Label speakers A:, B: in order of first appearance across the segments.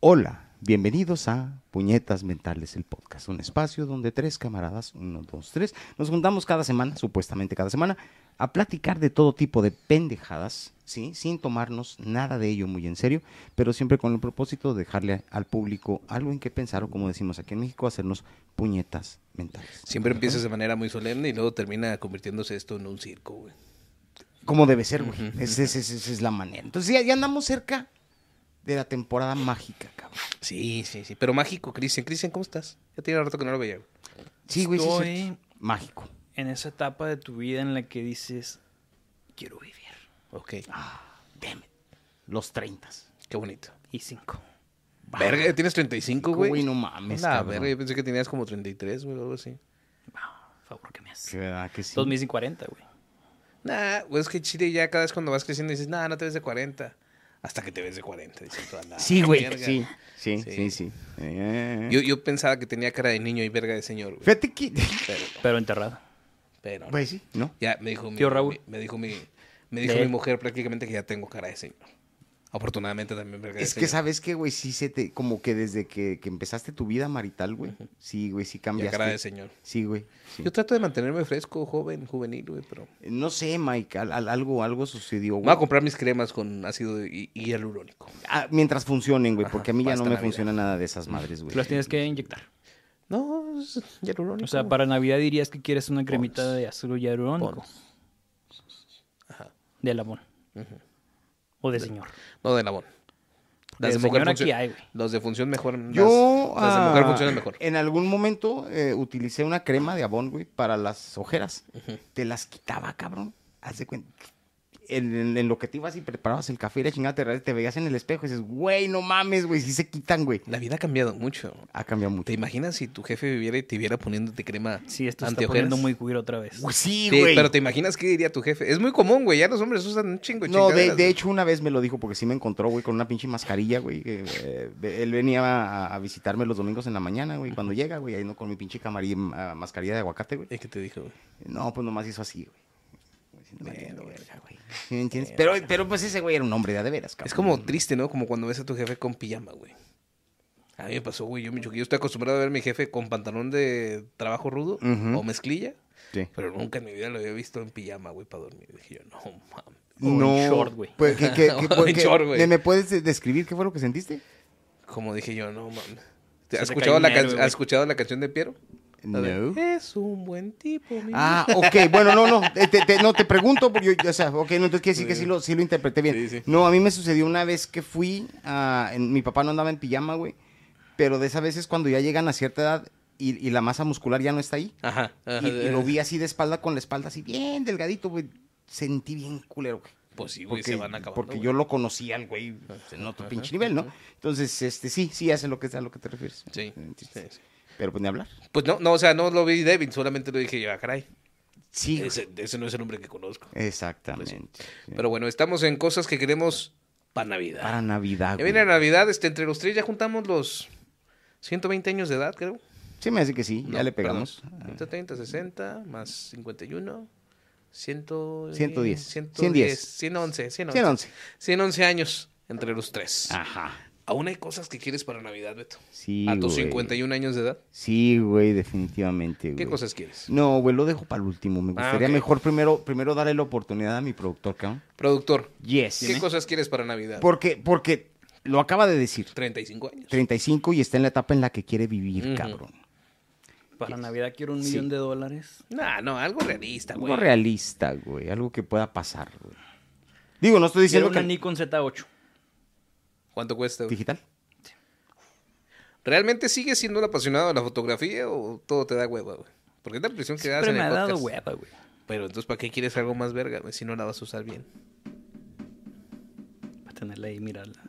A: Hola, bienvenidos a Puñetas Mentales, el podcast, un espacio donde tres camaradas, uno, dos, tres, nos juntamos cada semana, supuestamente cada semana, a platicar de todo tipo de pendejadas, ¿sí? sin tomarnos nada de ello muy en serio, pero siempre con el propósito de dejarle al público algo en qué pensar o, como decimos aquí en México, hacernos puñetas mentales.
B: Siempre empiezas de manera muy solemne y luego termina convirtiéndose esto en un circo, güey.
A: Como debe ser, güey. Esa es, es- es- es la manera. Entonces ya, ya andamos cerca de la temporada mágica, cabrón.
B: Sí, sí, sí. Pero mágico, Cristian. Cristian, ¿cómo estás? Ya tiene rato que no lo veía. güey.
A: Sí, güey, sí, es
C: Estoy-
A: cierto. Mágico.
C: en esa etapa de tu vida en la que dices, quiero vivir.
B: Ok,
A: Damn it. Los 30.
B: Ah, qué bonito.
C: Y cinco.
B: Verga, ¿tienes 35,
A: Cinco,
B: güey?
A: güey, no mames,
B: La
A: cabrón.
B: verga, yo pensé que tenías como 33, güey, o algo así.
C: Ah, por favor, que me haces?
A: Sí, verdad que sí.
C: 2040, güey.
B: Nah, güey, es que Chile ya cada vez cuando vas creciendo dices, nah, no te ves de 40. Hasta que te ves de 40, dices tú, "A la
A: Sí, güey.
B: verga".
A: Sí, sí, sí.
B: Sí.
A: sí. Eh.
B: Yo, yo pensaba que tenía cara de niño y verga de señor, güey.
A: Fíjate que.
B: Pero,
C: Pero enterrado.
B: pero no.
A: Güey, sí, ¿no?
B: Ya me dijo mi,
C: Tío Raúl.
B: mi- me dijo mi, me dijo
C: De
B: mi
C: él.
B: mujer prácticamente que ya tengo cara de señor. Afortunadamente también verga de
A: Es que
B: señor.
A: sabes que, güey, sí se te. Como que desde que, que empezaste tu vida marital, güey. Sí, güey, sí
B: Ya
A: cambiaste.
B: cara de señor.
A: Sí, güey. sí.
B: Yo trato de mantenerme fresco, joven, juvenil, güey, pero
A: No sé, Mike, al- al- algo, algo sucedió,
B: voy
A: güey.
B: a comprar mis cremas con ácido hi- hialurónico.
A: Ah, mientras funcionen, güey,
B: Ajá,
A: porque a mí ya
B: para
A: no
B: esta
A: me
B: Navidad.
A: funciona nada de esas madres, güey.
C: Tú las tienes que inyectar.
B: No, es hialurónico.
C: O sea, para Navidad dirías que quieres una cremita de ácido hialurónico. De labón. O de señor.
B: No, de labón.
C: De señor aquí hay, güey.
B: Los de función mejoran. más.
A: Yo
B: Las de mujer
A: ah,
B: funcionan mejor.
A: en algún momento eh, utilicé una crema de Avon, güey, para las ojeras. Te las quitaba, cabrón. Haz de cuenta. En, en- en lo que te ibas y preparabas el café y la chingada, te, te veías en el espejo y dices, güey, no mames, güey, sí se quitan, güey.
B: La vida ha cambiado mucho.
A: Ha cambiado mucho.
B: ¿Te imaginas si tu jefe viviera y te viera poniéndote crema
C: Sí, esto se está
B: antiojeras?
C: poniendo muy queer otra vez.
A: Güey, sí,
B: Sí,
A: güey.
B: pero te imaginas qué diría tu jefe. Es muy común, güey. Ya los hombres usan un chingo de
A: No, de,
B: chingaderas,
A: de
B: güey.
A: hecho, una vez me lo dijo porque sí me encontró, güey, con una pinche mascarilla, güey. que, eh, ve- él venía a, a visitarme los domingos en la mañana, güey. Cuando llega, güey, ahí no con mi pinche camarilla, ah, mascarilla de aguacate, güey.
B: ¿Y qué te dijo, güey?
A: No, pues nomás hizo así, güey. Sí, no me entiendo, verga, güey. ¿Sí me entiendes? Pero, pero pues ese güey era un hombre de a de veras, cabrón.
B: Es como triste, ¿no? Como cuando ves a tu jefe con pijama, güey. A mí me pasó, güey. Yo, me- yo estoy acostumbrado a ver a mi jefe con pantalón de trabajo rudo
A: Ujú.
B: o mezclilla.
A: Sí.
B: Pero nunca en mi vida lo había visto en pijama, güey, para dormir. Dije yo, no, mames.
C: O en
A: No,
C: short, güey.
A: pues, que- que- que-
B: O en
A: que-
B: short, güey.
A: ¿me- ¿Me puedes de- describir qué fue lo que sentiste?
B: Como dije yo, no, mames.
C: Se
B: ¿Has
C: te
B: escuchado,
C: cayó
B: la
C: un
B: can-
C: héroe, güey.
B: ¿Has escuchado la canción de Piero? La de, Es un buen tipo, mi
A: Ah, ok, bueno, no, no, eh, te, te- no te pregunto, porque yo, o sea, ok, no, entonces quiere decir que sí lo, sí lo interpreté bien.
B: Sí, sí.
A: No, a mí me sucedió una vez que fui, a, en- mi papá no andaba en pijama, güey, pero de esas veces cuando ya llegan a cierta edad y, y la masa muscular ya no está ahí,
B: Ajá. ajá.
A: y, y lo vi así de espalda con la espalda, así bien delgadito, güey, sentí bien culero, güey.
B: Pues sí, güey,
A: porque,
B: se van acabando.
A: porque
B: güey.
A: yo lo conocía al güey en otro pinche nivel, ¿no? Entonces, este, sí, sí, hace lo que a lo que te refieres.
B: Sí,
A: Eh,
B: sí, sí.
A: Pero pues ni hablar.
B: Pues no, no, o sea, no lo vi débil, solamente lo dije yo, ah, caray.
A: Sí. güey.
B: Ese, ese no es el hombre que conozco.
A: Exactamente. Sí.
B: Pero bueno, estamos en cosas que queremos para Navidad.
A: Para Navidad,
B: Ya
A: güey.
B: viene Navidad, este, entre los tres ya juntamos los 120 años de edad, creo.
A: Sí, me hace que sí, ya
B: No,
A: le pegamos.
B: perdón. 130, 60, más 51, 100,
A: 110,
B: 110, 111, 111.
A: 111.
B: 111 años entre los tres.
A: Ajá.
B: Aún hay cosas que quieres para Navidad, Beto.
A: Ah. Sí,
B: A tus
A: güey.
B: 51 años de edad,
A: Sí, güey, definitivamente, güey.
B: ¿qué cosas quieres?
A: No, güey, lo dejo para el último. Me
B: Ah,
A: gustaría
B: ok.
A: mejor primero, primero darle la oportunidad a mi productor, cabrón.
B: Productor,
A: Yes.
B: ¿qué cosas quieres para Navidad?
A: Porque, porque lo acaba de decir.
B: 35 años.
A: 35 y está en la etapa en la que quiere vivir,
B: Ujú.
A: cabrón.
C: Para Navidad quiero un millón de dólares.
B: Nah, no, algo realista, güey.
A: Algo realista, güey. Algo que pueda pasar, güey. Digo, no estoy
C: Quiero
A: diciendo
C: una
A: que...
C: Nikon Z8.
B: ¿Cuánto cuesta? güey?
A: ¿Digital?
B: ¿Realmente sigues siendo el apasionado de la fotografía o todo te da hueva, güey? Porque es la impresión que das
C: Pero
B: en
C: me
B: el
C: ha dado
B: podcast.
C: hueva, güey.
B: Pero entonces, ¿para qué quieres algo más verga, güey? Si no la vas a usar bien.
C: Para tenerla ahí, mirarla,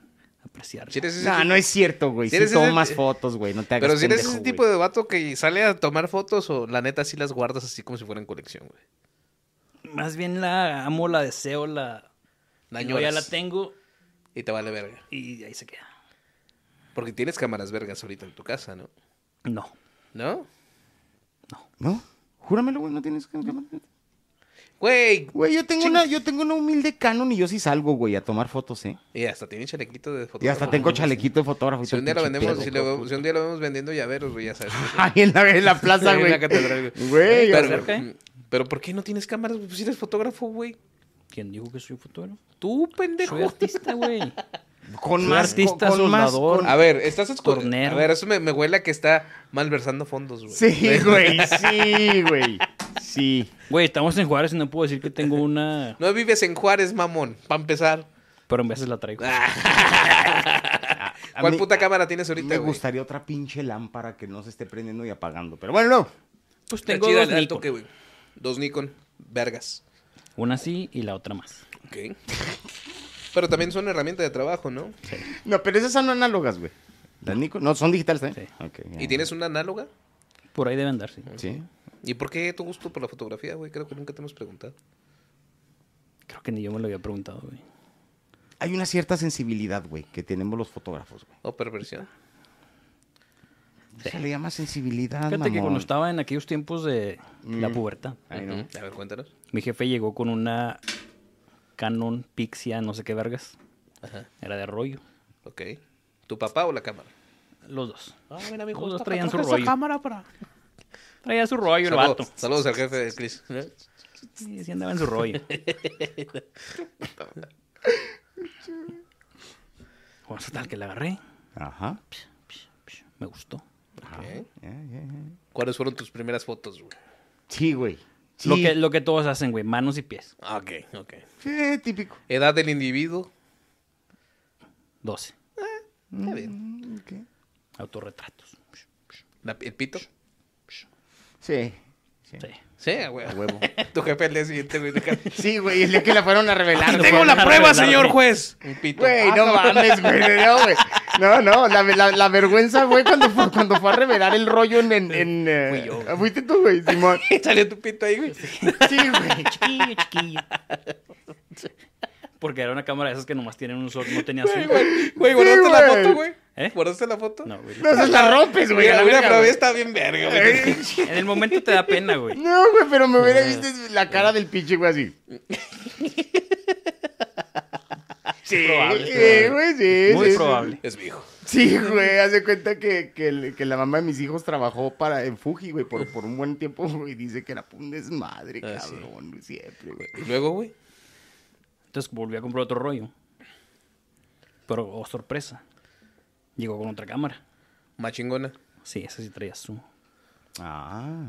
C: apreciarla.
B: Si eres ese
A: No,
B: tipo-
A: no es cierto, güey.
B: Si
A: Si
B: eres ese-
A: tomas fotos, güey. No te hagas
B: Pero si eres
A: pendejo,
B: ese
A: güey.
B: tipo de vato que sale a tomar fotos o la neta sí las guardas así como si fueran colección, güey.
C: Más bien la amo, la deseo, la...
B: La
C: yo ya
B: añoras.
C: la tengo
B: Y te vale verga.
C: y ahí se queda.
B: Porque tienes cámaras vergas ahorita en tu casa, ¿no?
C: No.
B: ¿No?
A: ¿No? Júramelo, güey. No tienes que...
B: Güey.
A: Güey, yo tengo
B: Ching.
A: una, yo tengo una humilde Canon y yo sí salgo, güey, a tomar fotos, ¿eh?
B: Y hasta tiene chalequito de fotógrafo.
A: Y hasta tengo chalequito de fotógrafo. y
B: Ah, Si
A: todo
B: un día
A: el
B: lo
A: pinche
B: vendemos,
A: pedo.
B: si, le vemos- si un día lo vemos vendiendo llaveros, güey, ya sabes.
A: Ahí en la, en la plaza,
B: En
A: güey.
B: la catedral, güey.
A: Güey,
C: Pero-
A: o sea,
C: cerca, ¿eh?
B: pero ¿por qué no tienes cámaras? güey? Pues si eres fotógrafo, güey.
C: ¿Quién dijo que soy fotógrafo?
B: Tú, pendejo.
C: Soy artista, güey.
A: con
C: Soy
A: más,
C: artista
A: con, con más.
C: soldador.
A: con-
B: A ver, estás escondiendo.
C: Tornero.
B: A ver, eso me, me huele a que está malversando fondos, güey.
A: Sí, güey, sí, güey. Sí.
C: Güey, estamos en Juárez y no puedo decir que tengo una...
B: No vives en Juárez, mamón, para empezar.
C: Pero en veces la traigo.
A: A
B: ¿Cuál
A: mí-
B: puta cámara tienes ahorita,
A: Me
B: güey?
A: gustaría otra pinche lámpara que no se esté prendiendo y apagando. Pero bueno, no.
C: Pues
B: Está
C: tengo
B: chida,
C: dos
B: al- al
C: Nikon.
B: toque, güey. Dos Nikon, vergas.
C: Una sí y la otra más.
B: Ok. Pero también son herramienta de trabajo, ¿no?
A: No, pero esas son análogas, güey. Las Nikon, no, son digitales también. Ok, ya.
B: ¿Y tienes una análoga?
C: Por ahí deben andar, sí.
A: Sí.
B: ¿Y por qué tu gusto por la fotografía, güey? Creo que nunca te hemos preguntado.
C: Creo que ni yo me lo había preguntado, güey.
A: Hay una cierta sensibilidad, güey, que tenemos los fotógrafos, güey.
B: ¿O perversión?
A: Se le llama sensibilidad,
C: Fíjate que
A: Ah, mamón.
C: cuando estaba en aquellos tiempos de la
A: Mm.
C: pubertad,
A: Ay, no.
B: Ujú. A ver, cuéntanos.
C: mi jefe llegó con una Canon Pixia, no sé qué vergas.
B: Ajá.
C: Era de rollo.
B: Ok. ¿Tu papá o la cámara?
C: Los dos.
B: Ah, mira, mi
C: Los dos traían su rollo. Traía su rollo el vato.
B: Saludos, saludos al jefe de Chris. ¿Eh?
C: Sí, sí andaba en su rollo. Bueno, total que la agarré.
A: Ajá.
C: Me gustó.
A: Ajá.
B: Ok.
A: Ya, ya, ya.
B: ¿Cuáles fueron tus primeras fotos, güey?
A: Sí, güey. Sí.
C: Lo, que, lo que todos hacen, güey. Manos y pies.
B: Ok, ok.
A: Sí, típico.
B: ¿Edad del individuo?
C: 12.
B: Está bien.
A: Mm, ok.
C: Autorretratos.
B: La- ¿El pito?
A: Sí. Sí.
C: Sí.
B: Sí, a huevo.
A: A huevo.
B: tu jefe el día siguiente, güey.
A: Sí, güey, el día que la fueron a revelar.
C: Lo
B: ¡Tengo
C: fueron
B: la
C: a
B: prueba,
C: revelar,
B: señor
C: güey.
B: juez! Un pito. Ah,
A: Güey, no mames, güey, no, güey. No, no, la, la- la vergüenza, güey, cuando fue, cuando fue a revelar el rollo en... en, en, eh,
C: Fui yo, güey.
A: Fuiste tú, güey, Simón.
B: Salió tu pito ahí, güey.
A: Sí, güey.
C: Chiquillo, chiquillo. Porque era una cámara de esas que nomás tienen un sol. No tenía
B: Güey,
C: azul.
A: Sí,
B: güey, güey, ¿guardaste la
A: güey.
B: foto, güey?
C: ¿Eh?
B: ¿Guardaste la foto?
C: No, güey.
A: No se la rompes, güey. a
B: Mira,
A: la
B: mira,
A: verga,
B: pero
A: güey.
B: está bien verga, güey.
C: En el momento te da pena, güey.
A: No, güey, pero me hubiera visto la cara del pinche güey así. Sí,
C: Probable,
A: sí, güey, sí.
C: Muy
A: sí, sí.
C: probable.
B: Es mi hijo.
A: Sí, güey, hace cuenta que, que, el- que la mamá de mis hijos trabajó para en Fuji, güey, por, por un buen tiempo, güey, y dice que era un desmadre,
B: Ah, sí.
A: cabrón, güey, siempre, güey.
B: Y luego, güey.
C: Entonces volví a comprar otro rollo. Pero, oh, sorpresa. Llegó con otra cámara.
B: Más chingona.
C: Sí, esa sí traía zoom.
A: Ah,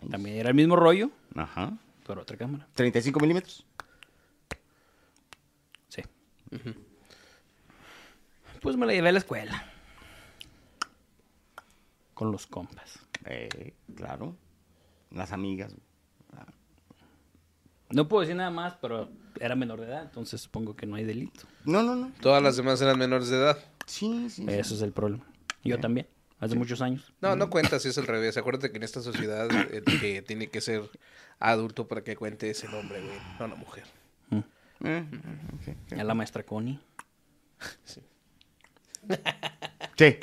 A: nice.
C: También era el mismo rollo,
A: Ajá.
C: pero otra cámara.
A: 35 milímetros.
C: Sí. Pues me la llevé a la escuela. Con los compas.
A: Eh, claro. Las amigas. güey.
C: No puedo decir nada más, pero era menor de edad, entonces supongo que no hay delito.
A: No, no, no.
B: Todas las demás eran menores de edad.
A: Sí, sí. sí.
C: Eso es el problema. Yo también, hace muchos años.
B: No,
A: Mm.
B: no cuenta si es al revés. Acuérdate que en esta sociedad el que tiene que ser adulto para que cuente es el hombre, güey. No la mujer.
A: Eh, eh, ok, ok.
C: A la maestra Connie.
A: Sí. eh.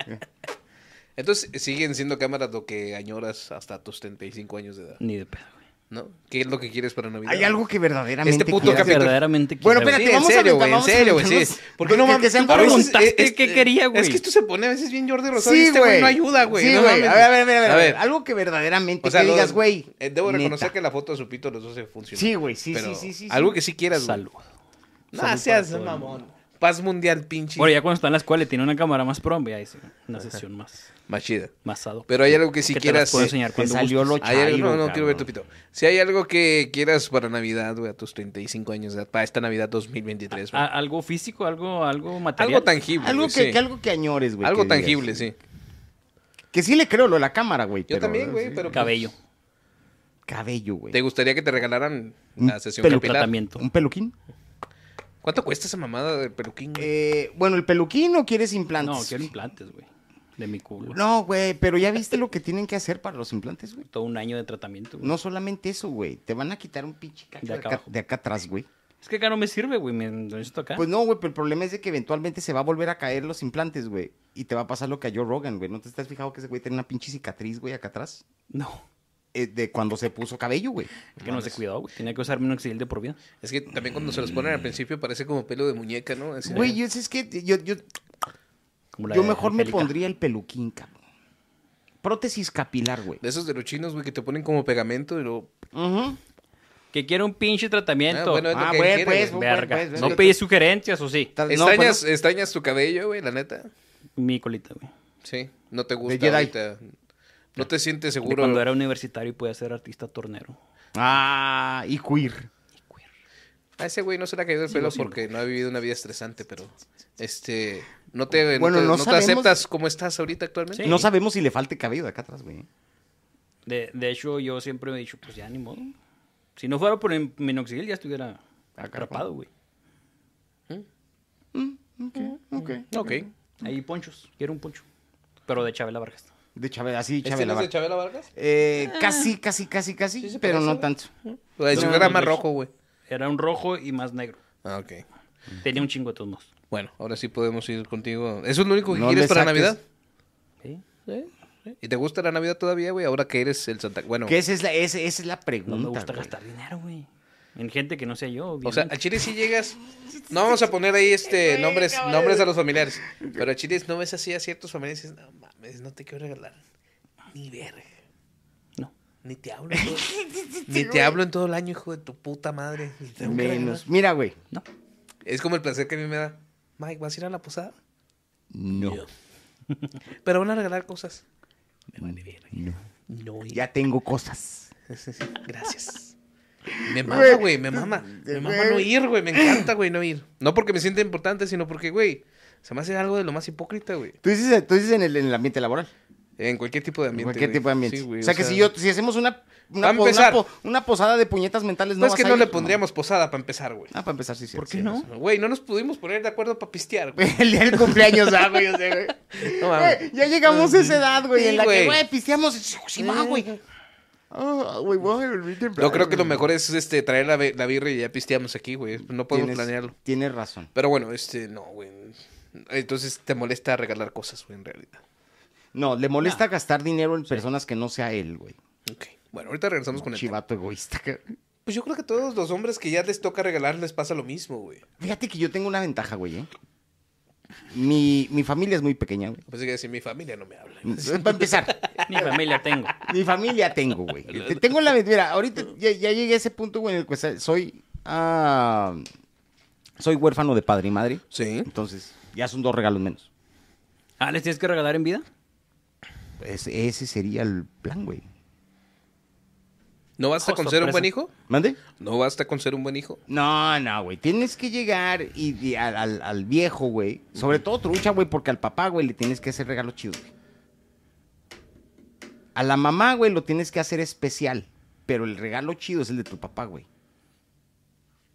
B: Entonces, siguen siendo cámaras lo que añoras hasta tus 35 años de edad,
C: Ni de pedo, güey.
B: ¿no? ¿Qué es lo que quieres para Navidad?
A: Hay algo que verdaderamente.
B: Este puto
A: quieras.
B: capítulo-
C: Verdaderamente
A: Bueno,
C: quisiera,
A: espérate,
B: Sí, en
A: vamos a
B: serio,
A: aventar-
B: güey, en
A: vamos a
B: serio, güey, sí.
A: aventarnos-
B: Porque no
A: porque
B: mames,
A: que sean
B: a veces-
C: preguntaste
B: es-
C: qué
B: es-
C: quería, güey.
B: Es que tú se pone a veces bien Jordi Rosario y
A: Sí,
B: este güey no ayuda, güey.
A: Sí,
B: No
A: güey.
B: mames.
A: a ver, a ver, a ver, a ver. Algo que verdaderamente
B: O sea,
A: que
B: lo-
A: digas, güey.
B: eh, Debo reconocer
A: neta.
B: que la foto de su pito los dos se funcionó.
A: Sí, güey, sí,
B: Pero
A: sí, sí, sí, sí.
B: Algo que sí quieras, güey.
C: Salud.
B: No seas mamón. Paz mundial, pinche.
C: Bueno, ya cuando está en la escuela y tiene una cámara más pro, ya dice una sesión más,
B: Más chida.
C: más ad hoc.
B: Pero hay algo que sí
C: Que te
B: quieras.
C: las puedo
B: eh,
C: enseñar
A: te
C: cuando
A: salió
C: gustes.
A: lo
B: hay algo- no,
A: Chairo,
B: no, quiero ver tu
A: cabrón.
B: pito. Si hay algo que quieras para Navidad, güey, a tus 35 años de edad, para esta Navidad 2023, güey.
C: A- Algo físico, algo, algo material.
B: Algo tangible.
A: Algo
B: güey,
A: que,
B: sí.
A: que algo que añores, güey.
B: Algo
A: que digas.
B: tangible, sí.
A: Que sí le creo lo de la cámara, güey.
B: Yo
A: pero-
B: también, güey, pero. pues,
C: Cabello.
A: Cabello, güey.
B: ¿Te gustaría que te regalaran
A: Un
B: la sesión
A: pelu-
B: capilar?
C: Tratamiento.
A: ¿Un peluquín?
B: ¿Cuánto cuesta esa mamada del peluquín, güey?
A: Eh, bueno, ¿el peluquín o quieres implantes?
C: No, quiero implantes, güey. De mi culo.
A: No, güey, pero ya viste lo que tienen que hacer para los implantes, güey.
C: Todo un año de tratamiento, güey.
A: No solamente eso, güey. Te van a quitar un pinche cacho
C: De
A: de
C: acá
A: acá,
C: abajo.
A: de acá atrás, güey.
C: Es que acá no me sirve, güey. Me lo necesito acá.
A: Pues no, güey, pero el problema es de que eventualmente se va a volver a caer los implantes, güey. Y te va a pasar lo que a Joe Rogan, güey. ¿No te estás fijado que ese güey tiene una pinche cicatriz, güey, acá atrás?
C: No.
A: eh, de cuando se puso cabello, güey.
C: Es que no se cuidó, güey. Tenía que usar minoxidil de por vida.
B: Es que también cuando se los ponen al principio parece como pelo de muñeca, ¿no? Así-
A: Güey, es, es que yo, yo,
C: como la
A: yo
C: de
A: mejor me
C: Angélica.
A: pondría el peluquín, cabrón. Prótesis capilar, güey.
B: De esos de los chinos, güey, que te ponen como pegamento y luego...
A: Ujú.
C: Que quiere un pinche tratamiento.
B: Ah, bueno, es lo
A: Ah,
B: que
A: bueno,
B: quiere,
A: pues,
B: güey.
A: bueno,
C: Verga.
A: pues, bueno.
C: no pedí sugerencias, o sí.
A: Tal- no,
B: ¿Extrañas,
A: bueno,
B: extrañas tu cabello, güey, la neta?
C: Mi colita, güey.
B: Sí, no te gusta
A: Jedi.
B: ahorita. No te sientes
C: De
B: seguro.
C: cuando era universitario y podía ser artista tornero.
A: Ah, y queer.
B: A ese güey no se le ha caído el pelo
C: sí,
B: porque no ha vivido una vida estresante, pero... Este... No te, no
A: Bueno,
B: te-
A: no
B: no te
A: sabemos-
B: aceptas como estás ahorita actualmente.
C: Sí.
A: No sabemos si le falte cabello de acá atrás, güey.
C: De, de hecho, yo siempre me he dicho, pues ya ni modo. Si no fuera por el minoxidil,
A: Ah,
C: ya estuviera atrapado, güey.
A: Ok.
B: Ok.
C: Ahí ponchos. Quiero un poncho. Pero de Chabela Vargas.
A: De Chabela, así,
B: ¿Este
A: Chabela.
B: no es de
A: Vargas.
B: Chabela Vargas?
A: Eh, casi, casi, casi, casi,
B: Sí se
A: pero
B: parece,
A: no
B: ¿no?
A: tanto.
B: O sea, si
C: No,
B: fuera
C: no,
B: más
C: no.
B: rojo, güey.
C: Era un rojo y más negro.
B: Ah, ok.
C: Tenía un chingo de todos modos.
B: Bueno, ahora sí podemos ir contigo. ¿Eso es lo único que
A: No
B: quieres
A: le
B: para
A: saques-
B: Navidad?
C: ¿Sí?
B: ¿Y te gusta la Navidad todavía, güey? Ahora que eres el Santa... Bueno,
A: Que esa es la, esa, esa es la pregunta.
C: No me gusta
A: güey.
C: gastar dinero, güey. En gente que no sea yo.
B: o sea,
C: obviamente.
B: a Chile sí llegas... No vamos a poner ahí este nombres nombres a los familiares. Pero a Chile no ves así a ciertos familiares y dices, no mames, no te quiero regalar. Ni verga.
C: no.
B: Ni te hablo. en todo- ni te hablo en todo el año, hijo de tu puta madre. Ni te tengo que
A: Menos. Mira, güey.
C: No.
B: regalar. Es como el placer que a mí me da. Mike, ¿vas a ir a la posada?
A: No.
B: Pero van a regalar cosas.
A: No.
B: No, ya.
A: Ya tengo cosas.
B: Gracias. Me mama, güey, me mama. Me mama no ir, güey. Me encanta, güey, no ir. No porque me sienta importante, sino porque, güey, se me hace algo de lo más hipócrita, güey.
A: Tú dices, tú dices en, el, en el ambiente laboral.
B: En cualquier tipo de
A: En
B: ambiente.
A: cualquier
B: güey.
A: tipo de ambiente.
B: Sí, güey,
A: o sea, que si yo, si hacemos una, una,
B: a
A: po- una
B: empezar.
A: po- una posada de puñetas mentales, no,
B: No es
A: vas
B: que
A: a
B: no
A: ir,
B: le pondríamos posada para empezar, güey.
A: Ah, para empezar, sí, sí.
C: ¿Por
A: sí,
C: qué no?
B: Güey, no nos pudimos poner de acuerdo para pistear, güey.
A: El día del cumpleaños, ah, güey, o sea, güey.
B: No
A: Güey,
B: mames.
A: Ya llegamos a esa edad, güey,
B: Sí,
A: en la que,
B: güey.
A: güey, pisteamos. Sí, va, güey. Ah, güey, voy a dormir temprano.
B: Yo creo que lo mejor es este traer la, be- la birra y ya pisteamos aquí, güey. No podemos
A: Tienes-
B: planearlo.
A: Tienes razón.
B: Pero bueno, este, no, güey. Entonces te molesta regalar cosas, güey, en realidad.
A: No, le molesta gastar dinero en personas que no sea él, güey.
B: Ok. Bueno, ahorita regresamos con el tema.
A: Chivato egoísta. cabrón.
B: Pues yo creo que todos los hombres que ya les toca regalar les pasa lo mismo, güey.
A: Fíjate que yo tengo una ventaja, güey, ¿eh? Mi, mi familia es muy pequeña, güey.
B: Pues es que decir, mi familia no me habla.
A: Para empezar,
C: Ni familia tengo.
A: mi familia tengo, güey. Te- Tengo la mentira. Ahorita ya, ya llegué a ese punto, güey, en el que sa- soy. ah, soy huérfano de padre y madre.
B: Sí.
A: Entonces, ya son dos regalos menos.
C: Ah, ¿les tienes que regalar en vida?
A: Ese, ese sería el plan, güey.
B: ¿No basta
C: Oh,
B: con ser un
C: sorpresa.
B: buen hijo?
A: ¿Mande?
B: ¿No basta con ser un buen hijo?
A: No, no, güey. Tienes que llegar y, y al, al- al viejo, güey. Sobre todo trucha, güey, porque al papá, güey, le tienes que hacer regalos chidos, güey. A la mamá, güey, lo tienes que hacer especial. Pero el regalo chido es el de tu papá, güey.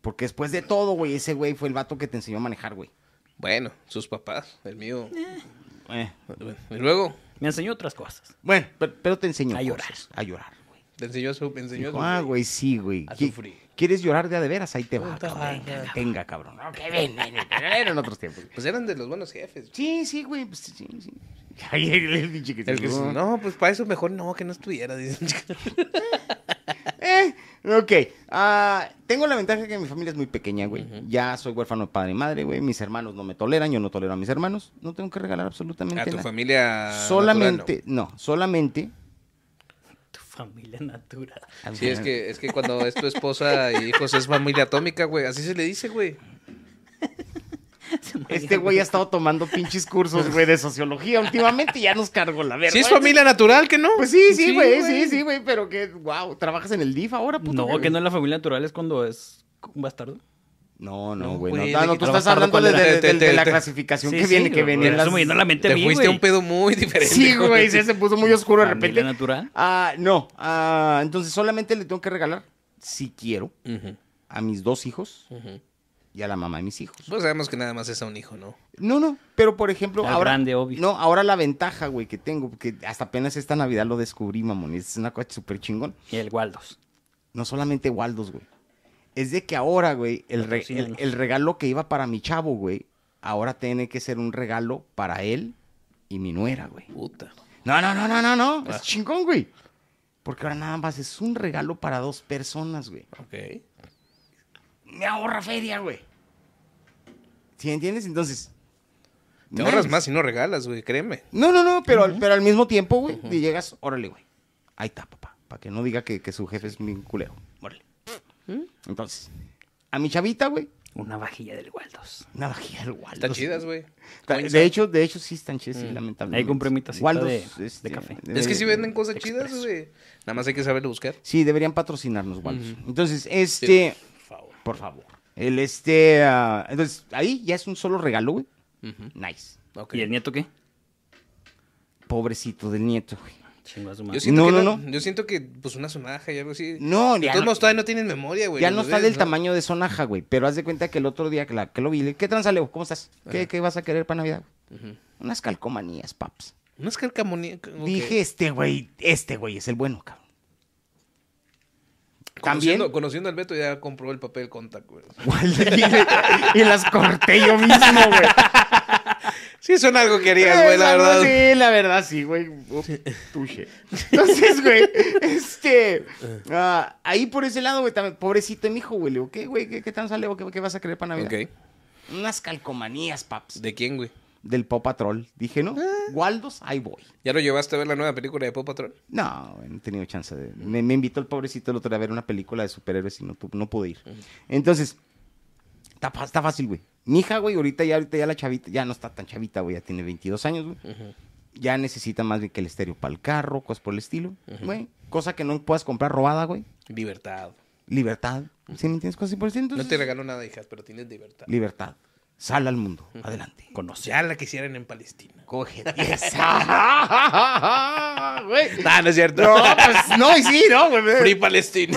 A: Porque después de todo, güey, ese güey fue el vato que te enseñó a manejar, güey.
B: Bueno, sus papás, el mío.
A: Eh,
B: Bueno, y luego
C: Me enseñó otras cosas.
A: Bueno, pero, pero te enseñó
C: A llorar.
A: cosas, a llorar, güey.
B: te enseñó a su... me enseñó a
A: Dijo,
B: su-
A: ah, güey, sí, güey.
B: A
A: ¿Qui-
B: sufrir.
A: ¿Quieres llorar de a de veras? Ahí te va,
B: Puta
A: cabrón.
B: madre.
A: Venga, Venga, cabrón. Ok, ven, ven, ven. Eran otros tiempos.
B: Pues eran de los buenos jefes.
A: Sí, sí, güey. Pues, sí, sí. Ay, el- el pinche que se
B: El que dice,
A: llevó.
B: no, pues para eso mejor no, que no estuviera. dicen.
A: Eh, ok. Ah, tengo la ventaja que mi familia es muy pequeña, güey. Ya soy huérfano de padre y madre, güey. Mis hermanos no me toleran, yo no tolero a mis hermanos. No tengo que regalar absolutamente
B: A tu
A: nada.
B: familia.
A: solamente, no, solamente.
C: Tu familia natural.
B: natural, ¿no? Sí, es que, es que cuando es tu esposa y hijos es familia atómica, güey. Así se le dice, güey.
A: Este güey ha estado tomando pinches cursos, güey, de sociología últimamente y ya nos cargo la verga.
B: Si es familia natural, que no.
A: Pues sí, sí,
B: Sí,
A: güey,
B: güey.
A: sí, sí, güey, pero que, wow, ¿trabajas en el DIF ahora, puto?
C: No, que no es la familia natural, es cuando es un bastardo.
A: No, no,
B: No,
A: güey, no,
C: pues,
B: güey,
A: no,
B: de
A: no,
B: que
A: tú estás
C: trabajar
A: hablando
C: con
A: de,
C: la-
A: de-
B: te-
A: de- de
B: te-
A: la
B: te-
A: clasificación
C: Sí,
A: que
C: sí,
A: viene, que
C: pero
A: venía en
C: eso
A: las-
C: me vino a la mente a
B: Te
C: mí,
B: fuiste a
C: güey.
B: un pedo muy diferente.
A: Sí, güey, sí, se puso muy oscuro de repente.
C: Familia natural.
A: Ah, no, ah, entonces solamente le tengo que regalar, si quiero,
B: Ujú,
A: a mis dos hijos
B: ujú.
A: y a la mamá de mis hijos.
B: Pues sabemos que nada más es a un hijo, ¿no?
A: No, no, pero por ejemplo,
C: Al
A: ahora.
C: grande, obvio.
A: No, ahora la ventaja, güey, que tengo, porque hasta apenas esta Navidad lo descubrí, mamón, y es una cosa súper chingón.
C: Y el Waldos.
A: No solamente Waldos, güey. Es de que ahora, güey, el, re- el,
C: Patrocínanos.
A: el regalo que iba para mi chavo, güey, ahora tiene que ser un regalo para él y mi nuera, güey.
B: Puta. Ah.
A: No, no, no, no, no, no. Es chingón, güey. Porque ahora nada más es un regalo para dos personas, güey.
B: Ok.
A: Me ahorra feria, güey. ¿Sí entiendes? Entonces.
B: Te ahorras
A: mames.
B: más si no regalas, güey, créeme.
A: No, no, no, pero, al- pero al mismo tiempo, güey, y llegas, órale, güey. Ahí está, papá. Para que no diga que, que su jefe es bien culero. Órale.
C: ¿Mm?
A: Entonces, a mi chavita, güey,
C: Una vajilla del Waldos.
A: una vajilla del Waldos.
B: Están chidas, güey.
A: Ta-
B: Coinza.
A: De hecho, de hecho, sí están chidas,
C: Mm.
A: sí, lamentablemente. este,
C: Ahí compré mi tacita de- de café.
B: Es
A: eh,
B: que sí venden cosas
C: Express.
B: chidas, güey. Nada más hay que saberlo buscar.
A: Sí, deberían patrocinarnos, Waldos. Entonces, este...
B: Por favor.
A: Por favor. El este... ah, entonces, ahí ya es un solo regalo, güey.
B: Ujú.
A: Nice.
B: Ok.
C: ¿Y el nieto qué?
A: Pobrecito del nieto, güey.
C: Chingo a su
B: Yo
C: madre.
B: siento
A: No,
B: que
A: no,
B: no-
A: no.
B: Yo siento que, pues, una sonaja y algo así.
A: No,
B: De
A: ya
B: todos
A: no-
B: modos, todavía no tienen memoria, güey.
A: Ya
B: los
A: no está
B: bebés,
A: del tamaño de sonaja, güey. Pero haz de cuenta que el otro día que, la, que lo vi, le dije, ¿qué tranza, Leo? ¿Cómo estás? ¿Qué, qué vas a querer para Navidad? Unas calcomanías, paps.
B: Unas calcamonías. ok.
A: Dije, este güey, este güey es el bueno, cabrón. También.
B: Conociendo, conociendo al Beto, ya compró el papel contact, güey.
A: y las corté yo mismo, güey.
B: Sí, son algo que harías,
A: Eh,
B: güey, la
A: algo
B: verdad.
A: así, la verdad, sí, güey. Uf, Touché. Entonces, güey, este. ah, ahí por ese lado, güey, también, pobrecito mi hijo, güey. Le digo, ¿qué, güey? ¿Qué, qué tan sale? ¿Qué, ¿Qué vas a querer para Navidad?
B: Ok.
A: Unas calcomanías, paps.
B: ¿De Ah. quién, güey?
A: Del Pop Patrol. Dije, no, Waldos, ahí voy.
B: ¿Ya lo llevaste a ver la nueva película de Pop Patrol?
A: No, güey, no he tenido chance de. Me, me invitó el pobrecito el otro día a ver una película de superhéroes y no, tu- no pude ir. Entonces, está, fa- está fácil, güey. Mi hija, güey, ahorita ya, ahorita ya la chavita, ya no está tan chavita, güey, ya tiene 22 años, güey. Ya necesita más bien que el estéreo para el carro, cosas por el estilo, güey. Cosa que no puedas comprar robada, güey.
B: Libertad.
A: Libertad. ¿Sí me entiendes? Cosas así por el estilo.
B: No
A: Entonces,
B: te regaló nada, hijas, pero tienes libertad.
A: Libertad. Sal al mundo. Adelante.
C: Conoce.
B: Ya la quisieran en Palestina.
A: Coge. esa. Güey.
B: Ah, No, no es cierto.
A: No, pues no, y sí, no, güey.
B: Free Palestine.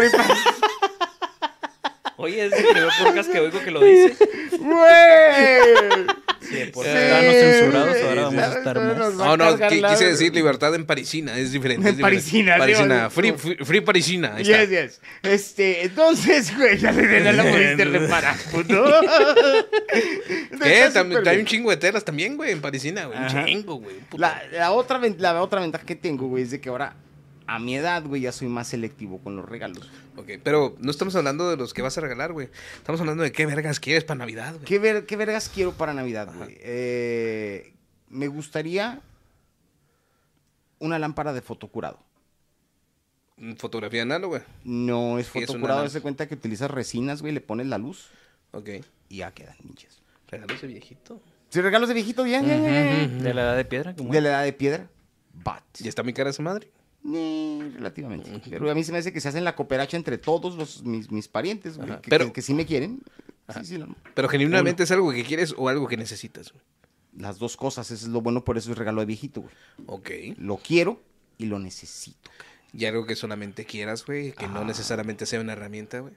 C: Oye, es el primer podcast que oigo que lo dice.
A: Güey.
C: Sí, por
B: Sí.
C: estarnos censurados, ahora
B: Sí,
C: vamos a estar
A: nos
C: más.
A: va
B: No, no,
A: cargar
B: qui-
A: la-
B: quise decir libertad en parisina, es diferente.
A: En
B: es diferente.
A: parisina, sí,
B: parisina.
A: o-
B: Free, free, free parisina. ahí está.
A: Yes, yes. Este, entonces, güey, ya le ya la pudiste reparar, puto.
B: ¿Qué?
A: Está
B: También-
A: súper
B: hay
A: bien.
B: un chingo de telas también, güey, en parisina, güey. Un chingo, güey. puta.
A: La, la otra, ven- la otra ventaja que tengo, güey, es de que ahora, a mi edad, güey, ya soy más selectivo con los regalos.
B: Ok, pero no estamos hablando de los que vas a regalar, güey. Estamos hablando de qué vergas quieres para Navidad, güey.
A: ¿Qué, ver- qué vergas quiero para Navidad, güey? Eh, me gustaría una lámpara de fotocurado.
B: Fotografía análoga.
A: No es
B: Sí, es una
A: fotocurado,
B: lámpara.
A: es de cuenta que utilizas resinas, güey, le pones la luz
B: Ok.
A: y ya quedan pinches.
B: Regalo ese viejito.
A: Si regalos de viejito, bien, bien, bien, bien.
C: De la edad de piedra, como
A: De la edad de piedra. Bat.
B: ¿Y está mi cara esa madre?
A: Ni relativamente. Pero a mí se me hace que se hacen la cooperacha entre todos los, mis, mis parientes, güey,
B: Ajá,
A: que,
B: pero-
A: que, que sí me quieren. Sí, sí, la-
B: Pero genuinamente es algo que quieres o algo que necesitas, güey.
A: las dos cosas, eso es lo bueno, por eso es regalo de viejito, güey.
B: Ok.
A: Lo quiero y lo necesito.
B: Y algo que solamente quieras, güey, que no necesariamente sea una herramienta, güey.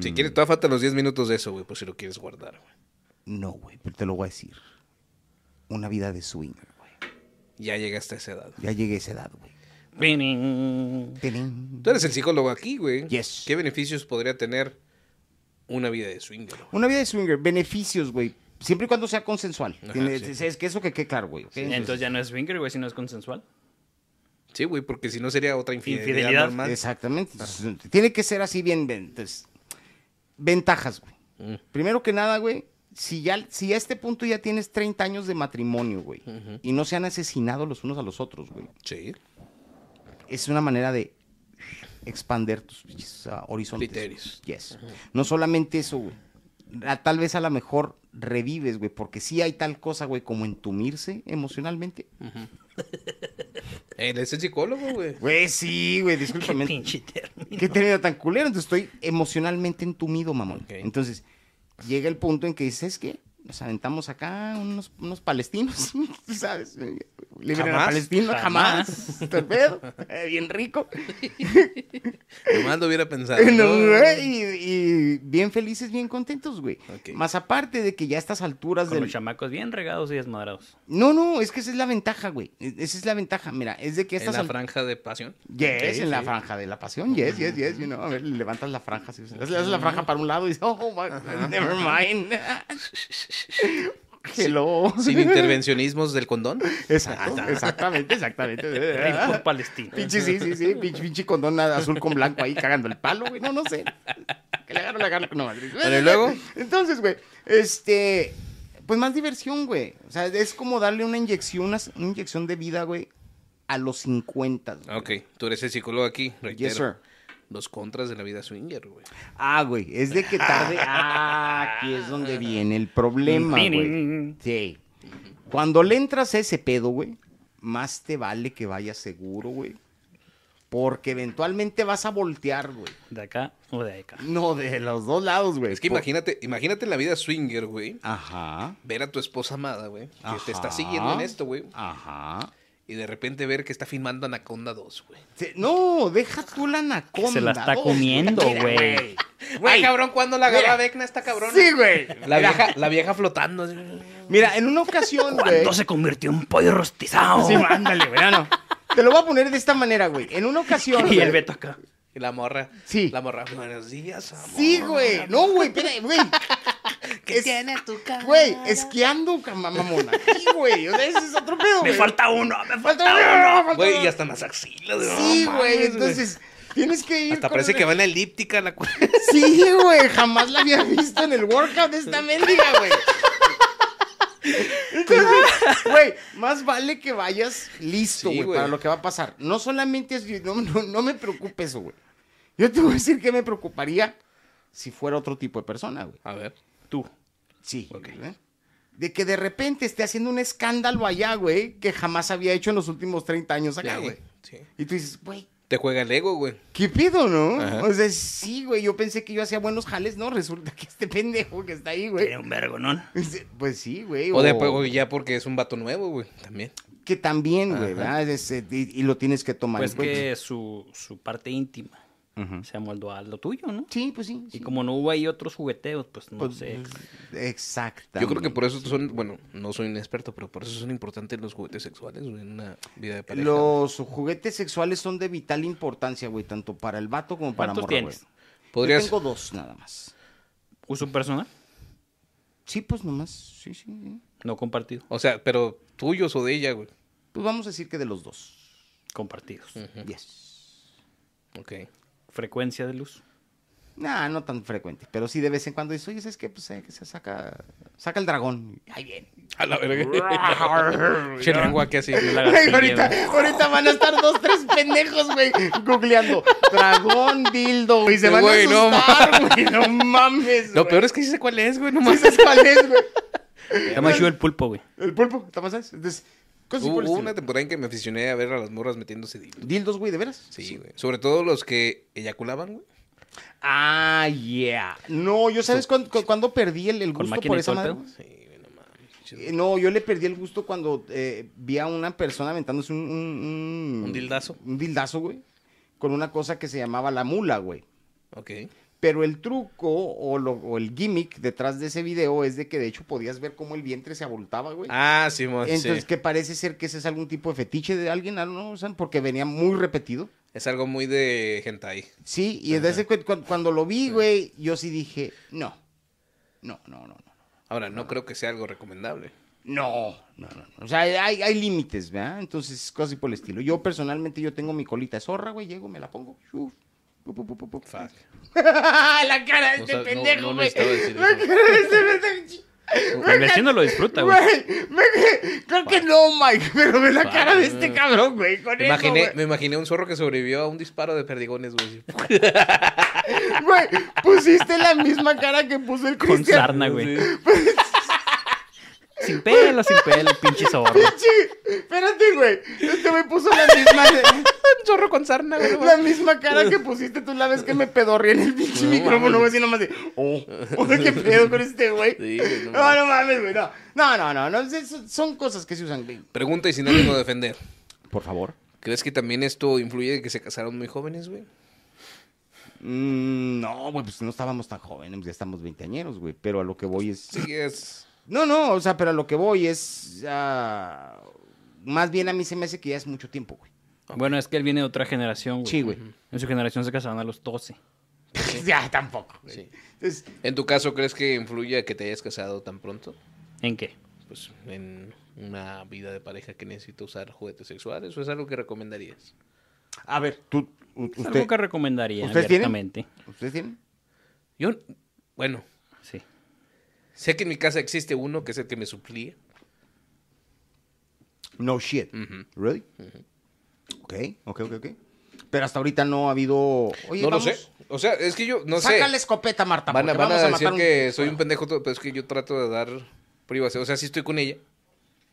B: Si quieres, todavía faltan los 10 minutos de eso, güey, por si lo quieres guardar, güey.
A: No, güey, pero te lo voy a decir. Una vida de swinger, güey.
B: Ya llegaste a esa edad.
A: Ya llegué a esa edad, güey.
C: Pining.
A: Tirín.
B: Tú eres el psicólogo aquí, güey.
A: Yes.
B: ¿Qué beneficios podría tener una vida de swinger, güey?
A: Una vida de swinger, beneficios, güey. Siempre y cuando sea consensual. Tiene-
B: sí.
A: es, es que eso que quede claro, güey. ¿ok?
C: Entonces ya no es swinger, güey, sino es consensual.
B: Sí, güey, porque si no sería otra infidelidad,
C: Infidelidad.
B: normal.
A: Exactamente. Entonces, Tiene que ser así bien. bien, entonces, ventajas, güey.
B: Mm.
A: Primero que nada, güey, si ya, si a este punto ya tienes 30 años de matrimonio, güey, y no se han asesinado los unos a los otros, güey,
B: Sí.
A: es una manera de expander tus pinches, ah, horizontes.
B: Criterios.
A: güey. Yes. No solamente eso, güey. A- Tal vez a lo mejor revives, güey, porque sí hay tal cosa, güey, como entumirse emocionalmente.
B: Él es el psicólogo, güey.
A: Güey, sí, güey, discúlpame.
C: Pinche término.
A: Qué término tan culero. Entonces estoy emocionalmente entumido, mamón.
B: Ok.
A: Entonces llega el punto en que dices, ¿es que Nos aventamos acá unos, unos palestinos, ¿tú ¿sabes? Liberen a
B: Jamás,
A: Palestina, jamás. Está el pedo, eh, bien rico.
B: Nomás lo hubiera pensado.
A: No,
B: ¿no?
A: güey, y, y bien felices, bien contentos, güey.
B: Ok.
A: Más aparte de que ya a estas alturas
C: Con
A: del...
C: los chamacos bien regados y desmadrados.
A: No, no, es que esa es la ventaja, güey. Esa es la ventaja. Mira, es de que a
B: En
A: estas
B: la
A: alturas...
B: franja de pasión.
A: Yes,
B: Ok,
A: en la
B: sí.
A: franja de la pasión. Yes, yes, yes. You know, a ver, le levantas la franja. así, le haces la franja para un lado y dices, oh, my- never mind. Hello.
B: Sin intervencionismos del condón.
A: Exacto, exactamente, exactamente.
C: Rey por Palestina.
A: Ah. Pinche, sí, sí, sí. Pinche, pinche condón azul con blanco ahí cagando el palo, güey. No, no sé. Que le agarro la gana. No, madre.
B: Bueno, ¿y luego?
A: Entonces, güey, este. Pues más diversión, güey. O sea, es como darle una inyección, una, una inyección de vida, güey, a los 50. güey.
B: Ok, tú eres el psicólogo aquí, reitero.
A: Yes, sir.
B: Los contras de la vida swinger, güey.
A: Ah, güey, es de que tarde. Ah, aquí es donde viene el problema, güey. Sí. Cuando le entras a ese pedo, güey, más te vale que vayas seguro, güey. Porque eventualmente vas a voltear, güey.
C: De acá o de acá.
A: No, de los dos lados, güey.
B: Es que
A: Por-
B: imagínate, imagínate en la vida swinger, güey.
A: Ajá.
B: Ver a tu esposa amada, güey. Que
A: ajá,
B: te está siguiendo en esto, güey.
A: Ajá.
B: Y de repente ver que está filmando Anaconda 2, güey.
A: Se- no, deja tú la anaconda.
C: Se la está
A: dos,
C: comiendo,
A: mira,
C: güey.
B: Ay, Ah, cabrón, ¿cuándo la agarró
A: mira.
B: a Vecna esta cabrón?
A: Sí, güey.
B: La vieja, la vieja flotando. así.
A: Mira, en una ocasión, güey.
C: Cuando se convirtió en pollo rostizado.
A: Sí, ándale, güey, no. Te lo voy a poner de esta manera, güey. En una ocasión.
C: y el
A: güey,
C: Beto acá.
B: Y la morra.
A: Sí.
B: La morra. Buenos días, amor.
A: Sí, güey. No, güey, espérate, güey.
B: ¿Qué
A: es-
B: tiene tu cara?
A: Güey, esquiando, cam- mamona. Sí, güey. O sea, ese es otro pedo,
C: Me
A: güey.
C: falta uno, me
A: Falta
C: falta
A: uno, falta
B: Güey,
A: uno.
B: y hasta en las axilas. güey.
A: Sí,
B: No
A: güey.
B: mames,
A: Entonces, tienes que ir.
B: Hasta
A: con
B: parece
A: el-
B: que va en la elíptica la cu-
A: Sí, güey, jamás la había visto en el workout de esta mendiga, güey. Entonces, güey, más vale que vayas listo,
B: Sí,
A: güey,
B: güey.
A: para lo que va a pasar. No solamente es, no, no, no me preocupe eso, güey. Yo te voy a decir que me preocuparía si fuera otro tipo de persona, güey.
B: A ver.
C: Tú.
A: Sí.
B: Ok.
A: güey. De que de repente esté haciendo un escándalo allá, güey, que jamás había hecho en los últimos 30 años acá,
B: Sí,
A: güey.
B: sí.
A: Y tú dices, güey,
B: Te juega el ego, güey.
A: ¿Qué pedo, no?
B: Ajá.
A: O sea, sí, güey, yo pensé que yo hacía buenos jales, ¿no? Resulta que este pendejo que está ahí, güey.
C: Tiene un vergonón.
A: Pues sí, güey.
B: O, de-
A: o
B: o ya porque es un vato nuevo, güey. También.
A: Que también, güey,
B: Ajá.
A: ¿verdad? Es- es- y, y lo tienes que tomar
C: Pues
A: en cuenta.
C: que su, su parte íntima
A: Ujú.
C: se amoldó a lo tuyo, ¿no?
A: Sí, pues sí. sí.
C: Y como no hubo ahí otros jugueteos, pues no
A: Pues,
C: sé.
A: Exactamente.
B: Yo creo que por eso son, bueno, no soy un experto, pero por eso son importantes los juguetes sexuales güey, en una vida de pareja.
A: Los juguetes sexuales son de vital importancia, güey, tanto para el vato como para
C: ¿Cuántos
A: morra,
C: tienes?
A: güey.
B: Podrías,
A: Yo tengo dos nada más.
C: Uso personal,
A: Sí, pues nomás. Sí, sí. sí.
C: no compartido.
B: o sea, pero tuyos o de ella, güey.
A: Pues vamos a decir que de los dos.
C: Compartidos.
A: Yes.
B: Ok.
C: Frecuencia de luz.
A: Nah, no tan frecuente, pero sí de vez en cuando dices, oye, ¿sabes qué? Pues eh, que se saca, saca el dragón. Ahí viene.
B: A la verga. Che lengua que así. güey.
C: La
A: Güey,
C: lagartilla,
A: ahorita, ahorita van a estar dos, tres pendejos, güey, googleando. Dragón, dildo, güey, se van
B: Güey,
A: a
B: no
A: asustar, güey, no mames,
B: Lo
A: güey.
B: peor es que sí sé cuál es, güey. No
A: ¿Sí
B: más.
A: sabes cuál es, güey?
C: güey. Ya me ayudó el pulpo, güey.
A: El pulpo, ¿te sabes? Entonces, cosas
B: Hubo
A: por el
B: una
A: estilo.
B: temporada en que me aficioné a ver a las morras metiéndose dildos.
A: Dildos, güey, ¿de veras?
B: Sí, güey. Sobre todo los que eyaculaban, güey.
A: Ah, yeah. No, yo, ¿sabes cuándo, cu- cuándo perdí el, el
C: ¿Con
A: gusto
C: máquina
A: por
C: y
A: esa
C: todo el
A: madre?
C: pedo?
A: güey?
B: Sí, güey, no mames.
A: Eh, No, yo le perdí el gusto cuando eh, vi a una persona aventándose un... Un,
B: Un dildazo.
A: Un dildazo, güey. Con una cosa que se llamaba la mula, güey.
B: Ok.
A: Pero el truco o, lo- o el gimmick detrás de ese video es de que de hecho podías ver cómo el vientre se abultaba, güey.
B: Ah, sí, mo-
A: Entonces,
B: sí.
A: que parece ser que ese es algún tipo de fetiche de alguien, ¿no? O sea, porque venía muy repetido.
B: Es algo muy de hentai.
A: Sí, y entonces cu- cu- cuando lo vi, güey, yo sí dije, no, no, no, no, no.
B: Ahora, no creo que sea algo recomendable.
A: No, no, no. no. O sea, hay, hay límites, ¿verdad? Entonces, cosas por el estilo. Yo personalmente, yo tengo mi colita de zorra, güey. Llego, me la pongo. shuf, pu, pu, pu, pu, pu.
B: Fuck.
A: la cara de
B: No
A: este
B: sab- no-
A: pendejo,
B: no
A: güey.
B: necesitaba decir
A: La
B: eso.
A: cara de este pendejo.
C: El vecino lo disfruta, güey.
A: Güey, me- creo que no, Mike, pero ve la
B: Pa.
A: cara de este cabrón, güey, con
B: Me
A: eso,
B: imaginé,
A: güey.
B: me imaginé un zorro que sobrevivió a un disparo de perdigones, güey.
A: Güey, pusiste la misma cara que puso el
C: Con
A: Cristian.
C: sarna, güey. Sin pelo, sin pelo, pinche zorro.
A: Pinche, espérate, güey. Este güey puso la misma,
B: Un zorro con sarna, güey.
A: la misma cara que pusiste tú la vez que me pedorré en el pinche
B: No
A: micrófono, güey,
B: mames.
A: así nomás de, oh, oh, qué pedo con este güey.
B: Sí, güey, no
A: no, no mames, güey, no. No, no, no, no, es- son cosas que se usan, güey.
B: Pregunta y sin ánimo de defender.
A: Por favor.
B: ¿Crees que también esto influye en que se casaron muy jóvenes, güey?
A: Mm, no, güey, pues no estábamos tan jóvenes, ya estamos veinteañeros, güey. Pero a lo que voy es.
B: Sí, es.
A: No, no, o sea, pero a lo que voy es. ah, más bien a mí se me hace que ya es mucho tiempo, güey.
C: Bueno, es que él viene de otra generación, güey.
A: Sí, güey.
C: En su generación se casaban a los 12.
A: ya, tampoco. güey.
B: Sí.
A: Entonces,
B: En tu caso, ¿crees que influye a que te hayas casado tan pronto?
C: ¿En qué?
B: pues, en una vida de pareja que necesita usar juguetes sexuales? ¿O es algo que recomendarías?
A: A ver, tú, u-
C: Es algo
A: usted,
C: que recomendaría
A: ¿Ustedes tienen?
C: abiertamente.
A: ¿usted tiene?
B: Yo, bueno,
C: Sí.
B: sé que en mi casa existe uno que es el que me suplía.
A: No shit.
B: Ujú.
A: ¿Really? Ok, ok, ok, ok. Pero hasta ahorita no ha habido... Oye,
B: no
A: vamos,
B: lo sé. O sea, es que yo no
A: Saca
B: sé.
A: la escopeta, Marta,
B: Van a,
A: porque
B: van a
A: vamos a
B: decir
A: matar un-
B: que soy un pendejo, todo, pero es que yo trato de dar privacidad. O sea, sí estoy con ella,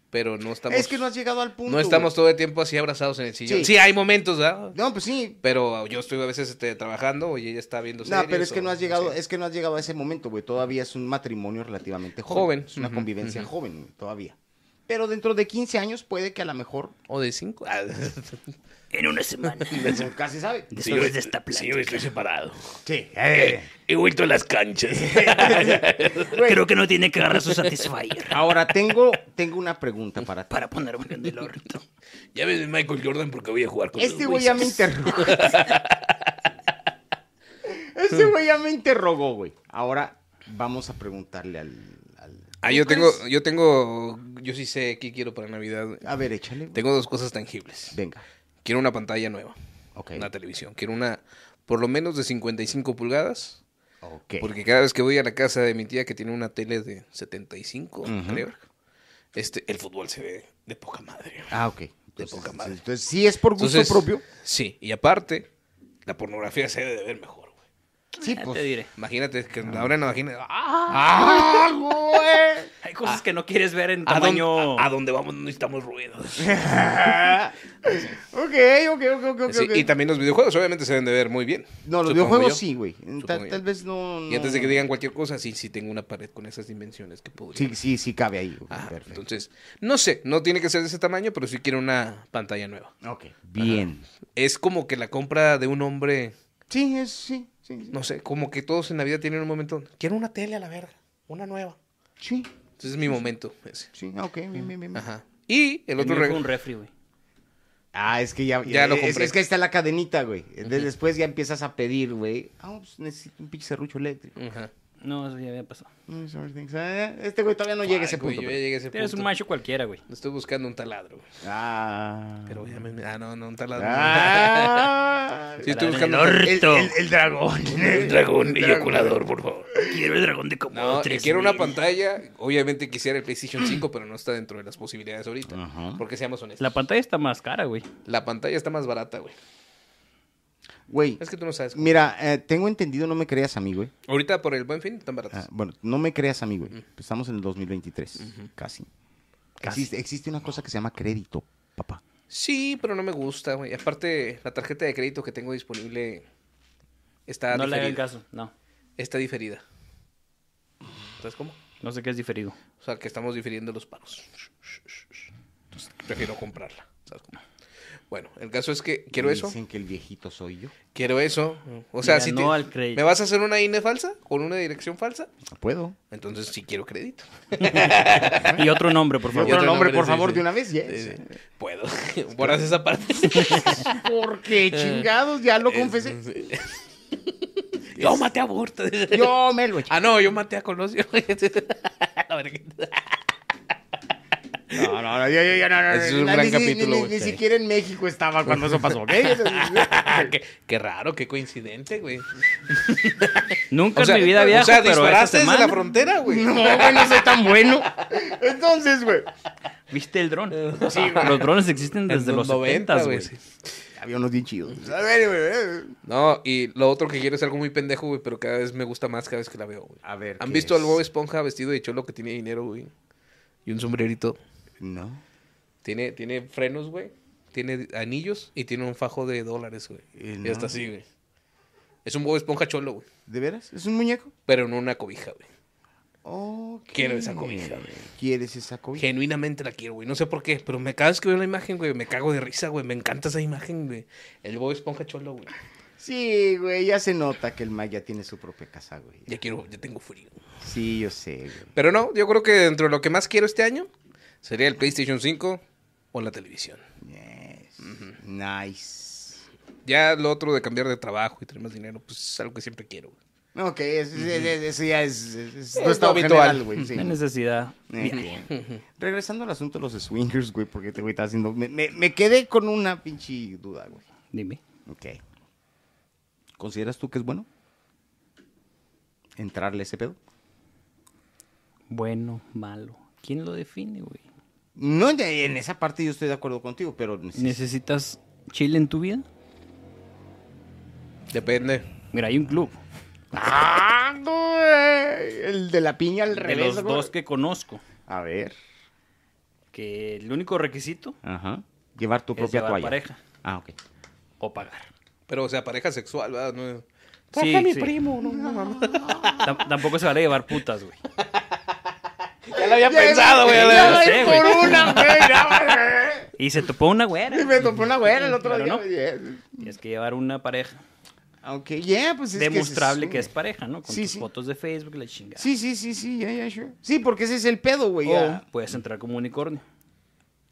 B: pero no estamos.
A: Es que no has llegado al punto.
B: no estamos
A: güey.
B: todo el tiempo así abrazados en el sillón.
A: Sí.
B: Sí, hay momentos, ¿verdad?
A: No, pues sí.
B: Pero yo estoy a veces este, trabajando y ella está viendo
A: No,
B: series.
A: pero es que
B: o-
A: no has llegado,
B: sí.
A: es que no has llegado a ese momento, güey. Todavía es un matrimonio relativamente joven.
B: Joven,
A: Es una
B: ujú,
A: convivencia
B: ujú.
A: joven, güey, todavía. Pero dentro de 15 años puede que a lo mejor
B: O de cinco. Ah,
D: En una semana,
A: nunca se sabe.
D: después de esta
E: Sí,
D: plática,
E: yo estoy separado.
A: Sí. eh.
E: He vuelto a las canchas.
D: creo que no tiene que agarrar su Satisfyer
A: Ahora tengo, tengo una pregunta para ti.
D: para ponerme en el orto.
E: Llámeme Michael Jordan porque voy a jugar con
A: Este
E: los
A: güey ya me
E: Wizards.
A: interrogó. Este güey ya me interrogó, güey. Ahora vamos a preguntarle al. al-
B: Ah, yo tengo, yo tengo, yo sí sé qué quiero para Navidad. güey.
A: A ver, échale. güey.
B: Tengo dos cosas tangibles.
A: Venga.
B: Quiero una pantalla nueva,
A: Ok.
B: una televisión. Quiero una, por lo menos de 55 pulgadas,
A: Ok.
B: Porque cada vez que voy a la casa de mi tía que tiene una tele de 75,
A: Ujú.
B: creo, este, el fútbol se ve de poca madre.
A: Ah, ok.
B: De
A: Entonces,
B: poca madre.
A: entonces, sí es por gusto
B: Entonces,
A: propio.
B: Sí, y aparte, la pornografía se debe de ver mejor, güey.
A: Sí,
C: Ya
A: pues.
C: te diré.
B: Imagínate que ahora no imaginas ¡ah!
A: ¡Ah, güey!
C: Hay cosas que no quieres ver en
B: ¿A, dónde,
C: tamaño.
B: a- a dónde vamos no necesitamos ruidos.
A: ok, ok, ok, ok, ok.
B: Sí,
A: ok.
B: Y también los videojuegos, obviamente, se deben de ver muy bien.
A: No, los
B: supongo
A: videojuegos
B: yo.
A: sí, güey.
B: Supongo
A: Tal,
B: yo.
A: tal vez no,
B: Y antes
A: no-
B: de que digan cualquier cosa, sí, sí tengo una pared con esas dimensiones que podría.
A: Sí, sí, sí cabe ahí. güey.
B: Ajá,
A: Perfecto.
B: entonces, no sé, no tiene que ser de ese tamaño, pero sí quiero una pantalla nueva.
A: Ok. Bien.
B: es como que la compra de un hombre,
A: Sí, es, sí, sí. sí.
B: no sé, como que todos en Navidad tienen un momento, quiero una tele a la verga, una nueva.
A: Sí,
B: Entonces es mi momento ese.
A: sí, ah, ok, bien, bien, bien, bien.
B: Ajá. Y el
C: El
B: otro
C: mío fue
B: regalo.
C: un refri, güey.
A: Ah, es que ya,
B: Ya lo
A: es-
B: compré.
A: Es, que ahí está la cadenita, güey. Entonces, Después ya empiezas a pedir, güey. Ah, pues necesito un pinche serrucho eléctrico.
B: Ajá.
C: No, eso ya había pasado.
A: Mm, sorry, thanks. Ah, Este güey todavía no llega a ese
B: Ay, güey,
A: punto.
B: yo ya
A: pero-
B: llegué a ese
C: Tienes un
B: punto.
C: macho cualquiera, güey.
B: Estoy buscando un taladro. güey.
A: Ah.
B: Pero ya me... Ah, no, no, un taladro.
A: Ah.
B: Sí, estoy
D: Taladro en el
B: buscando...
D: orto.
A: El, el- el dragón.
E: El dragón eyaculador, por favor.
D: Quiero el dragón de como
B: No, y
D: tres
B: quiero una
D: mil.
B: pantalla. Obviamente quisiera el PlayStation 5, pero no está dentro de las posibilidades ahorita.
A: Ajá.
B: Porque seamos honestos.
C: La
B: La,
C: pantalla está más cara, güey.
B: pantalla está más barata, güey.
A: Güey,
B: Es que tú no sabes. cómo.
A: mira, eh, tengo entendido, no me creas a mí, güey.
B: Ahorita por el buen fin están baratas.
A: Ah, bueno, no me creas a mí, güey. Estamos en el 2023, casi.
B: Casi.
A: Existe, existe una cosa que se llama crédito, papá.
B: Sí, pero no me gusta, güey. Aparte, la tarjeta de crédito que tengo disponible está
C: no le hagan
B: diferida.
C: caso, no.
B: Está diferida. ¿Sabes cómo?
C: No sé qué es diferido.
B: O sea, que estamos difiriendo los pagos. Entonces, prefiero comprarla. ¿Sabes cómo? Bueno, el caso es que quiero eso.
A: Dicen que el viejito soy yo.
B: Quiero eso. O sea,
C: Mira,
B: si
C: no al crédito.
B: ¿me vas a hacer una INE falsa con una dirección falsa?
A: No puedo.
B: Entonces sí quiero crédito.
C: Y otro nombre, por
A: Y otro
C: favor.
A: nombre, por
B: sí,
A: favor,
B: sí.
A: de una vez. yes.
B: Eh, puedo. Borras esa parte.
A: Porque chingados, ya lo confesé.
E: Yo maté a Burta.
A: Yo me lo eché.
B: Ah, no, yo maté a Colosio. A ver qué-
A: No, no, no, ya, ya, ya, no, no,
B: Ese es
A: no,
B: un
A: ni-
B: gran
A: ni-
B: capítulo,
A: Ni,
B: güey.
A: ni
B: Sí.
A: siquiera en México estaba cuando eso pasó, ¿ok?
B: qué, qué raro, qué coincidente, güey.
C: Nunca en mi vida viajo,
B: o sea,
C: pero
B: disparaste
C: esta
B: desde
C: semana
B: la frontera, güey.
A: No, güey, no soy tan bueno. Entonces, güey.
C: viste el dron. Los drones existen desde los 90, güey.
A: Había unos bien chidos. A ver, güey. eh.
B: No, y lo otro que quiero es algo muy pendejo, güey, pero cada vez me gusta más cada vez que la veo, güey.
A: A ver,
B: ¿Han
A: ¿qué
B: visto
A: es?
B: al Bob Esponja vestido de cholo que tiene dinero, güey? Y un sombrerito.
A: No.
B: Tiene, tiene frenos, güey. Tiene anillos y tiene un fajo de dólares, güey.
A: Eh,
B: Y,
A: no.
B: hasta así, güey. Es un Bob Esponja cholo, güey.
A: ¿De veras? ¿Es un muñeco?
B: Pero no una cobija, güey.
A: Ok.
B: Quiero esa cobija, güey.
A: ¿Quieres esa cobija?
B: Genuinamente la quiero, güey. No sé por qué, pero me, cada vez que veo la imagen, güey, me cago de risa, güey. Me encanta esa imagen, güey. El Bob Esponja cholo, güey.
A: Sí, güey, ya se nota que el Mike ya tiene su propia casa, güey.
B: Ya quiero, ya tengo frío.
A: Sí, yo sé, güey.
B: Pero no, yo creo que dentro de lo que más quiero este año sería el PlayStation 5 o la televisión.
A: Yes. Nice.
B: Ya lo otro de cambiar de trabajo y tener más dinero, pues es algo que siempre quiero. güey.
A: No, que es- es- es- eso ya es, es- es
B: Es
A: tu
B: lo
A: estado
B: habitual.
A: general, güey. sí.
C: No hay necesidad.
A: Eh, Regresando al asunto de los swingers, güey, porque te güey está haciendo. Me, me- me quedé con una pinche duda, güey.
C: Dime.
A: Ok. ¿Consideras tú que es bueno? ¿Entrarle ese pedo?
C: Bueno, malo. ¿Quién lo define, güey?
A: No, en- en esa parte yo estoy de acuerdo contigo, pero neces-
C: ¿Necesitas chile en tu vida?
B: Depende.
C: Mira, hay un club.
A: ¡Ah, güey! eh, El de la piña al
C: De
A: revés.
C: los
A: güey.
C: dos que conozco,
A: A ver.
C: que el único requisito
A: Ajá. Llevar tu
C: Es
A: propia
C: llevar
A: toalla.
C: pareja.
A: Ah, ok.
C: o pagar.
B: Pero, o sea, pareja sexual, ¿verdad? No-
C: Sí,
B: Traje a mi
C: sí.
B: primo, no, no, mamá.
C: Tam- tampoco se vale llevar putas, güey.
B: Ya lo había pensado, güey. ya lo
C: Ya
B: había-
C: lo sé, güey.
A: por una, güey. ya, güey.
C: Y se topó una güera.
A: Y me topó una güera el otro
C: Claro,
A: día.
C: ¿no?
A: güey.
C: Tienes que llevar una pareja
A: Aunque, yeah, pues es que se
C: demostrable que, es
A: sube.
C: pareja, ¿no? Con
A: Sí,
C: tus
A: sí.
C: fotos de Facebook, la chingada.
A: Sí, sí, sí, sí, ya, ya, sure. Sí, porque ese es el pedo, güey.
C: o
A: ya.
C: puedes entrar como unicornio.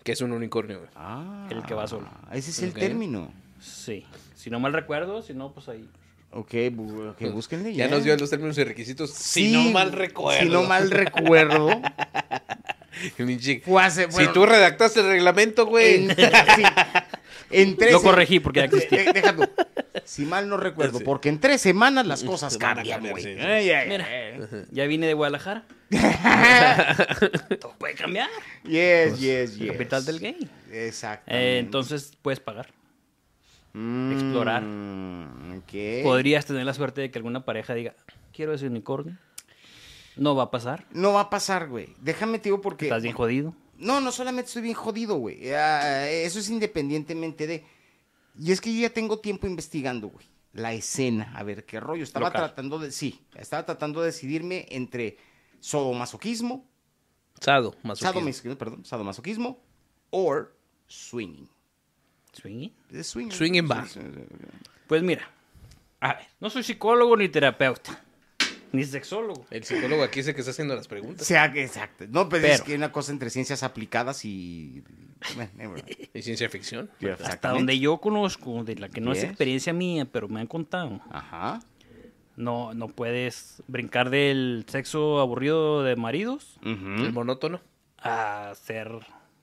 B: Que es un unicornio, güey.
A: Ah,
C: el que va solo.
A: Ese es el
B: Ok.
A: término.
C: Sí. Si no mal recuerdo, si no, pues ahí.
A: Ok, bu- ok, búsquenle.
C: ¿eh?
B: Ya nos dio los términos y requisitos.
A: Sí,
B: Si no mal recuerdo.
A: Si no mal recuerdo.
B: Pinche-
A: fue hace- bueno,
B: Si tú redactaste el reglamento, güey.
A: en, sí, en tres-
C: Lo corregí porque ya existía.
A: De- de- deja tú. Si mal no recuerdo,
B: Sí.
A: porque en tres semanas las cosas
B: Van a
A: cambian,
B: cambiar,
A: güey.
B: sí, sí.
A: Ay, ay, ay.
C: Mira, ya vine de Guadalajara. Todo puede cambiar.
B: Pues,
A: Yes, yes, yes.
C: Capital del gay.
A: Exacto.
C: Eh, entonces puedes pagar.
A: Mm,
C: explorar.
A: ok.
C: Podrías tener la suerte de que alguna pareja diga, quiero ese unicornio. No va a pasar.
A: No va a pasar, güey. Déjame, te digo, porque.
C: Estás bien jodido.
A: No, no solamente estoy bien jodido, güey. Ah, eso es independientemente de. Y es que yo ya tengo tiempo investigando, güey. La escena, a ver qué rollo. Estaba
C: Local.
A: tratando de. Sí, estaba tratando de decidirme entre sodomasoquismo,
B: Sado, más
A: sadomasoquismo, perdón, sadomasoquismo, o swinging.
C: Swinging.
A: Es Swinging.
B: Swinging va.
A: Sí, sí, sí.
C: Pues mira, a ver, no soy psicólogo ni terapeuta, ni sexólogo.
B: El psicólogo aquí es el que está haciendo las
A: O
B: preguntas.
A: sea, que- exacto. No, pero, es
C: Pero.
A: que hay una cosa entre ciencias aplicadas y. Bueno, never mind. ¿eh?
B: ¿Y ciencia ficción?
C: Hasta donde yo conozco, de la que no es
A: Yes.
C: experiencia mía, pero me han contado,
A: Ajá.
C: no, no puedes brincar del sexo aburrido de maridos
A: Ujú.
B: El monótono.
C: a ser...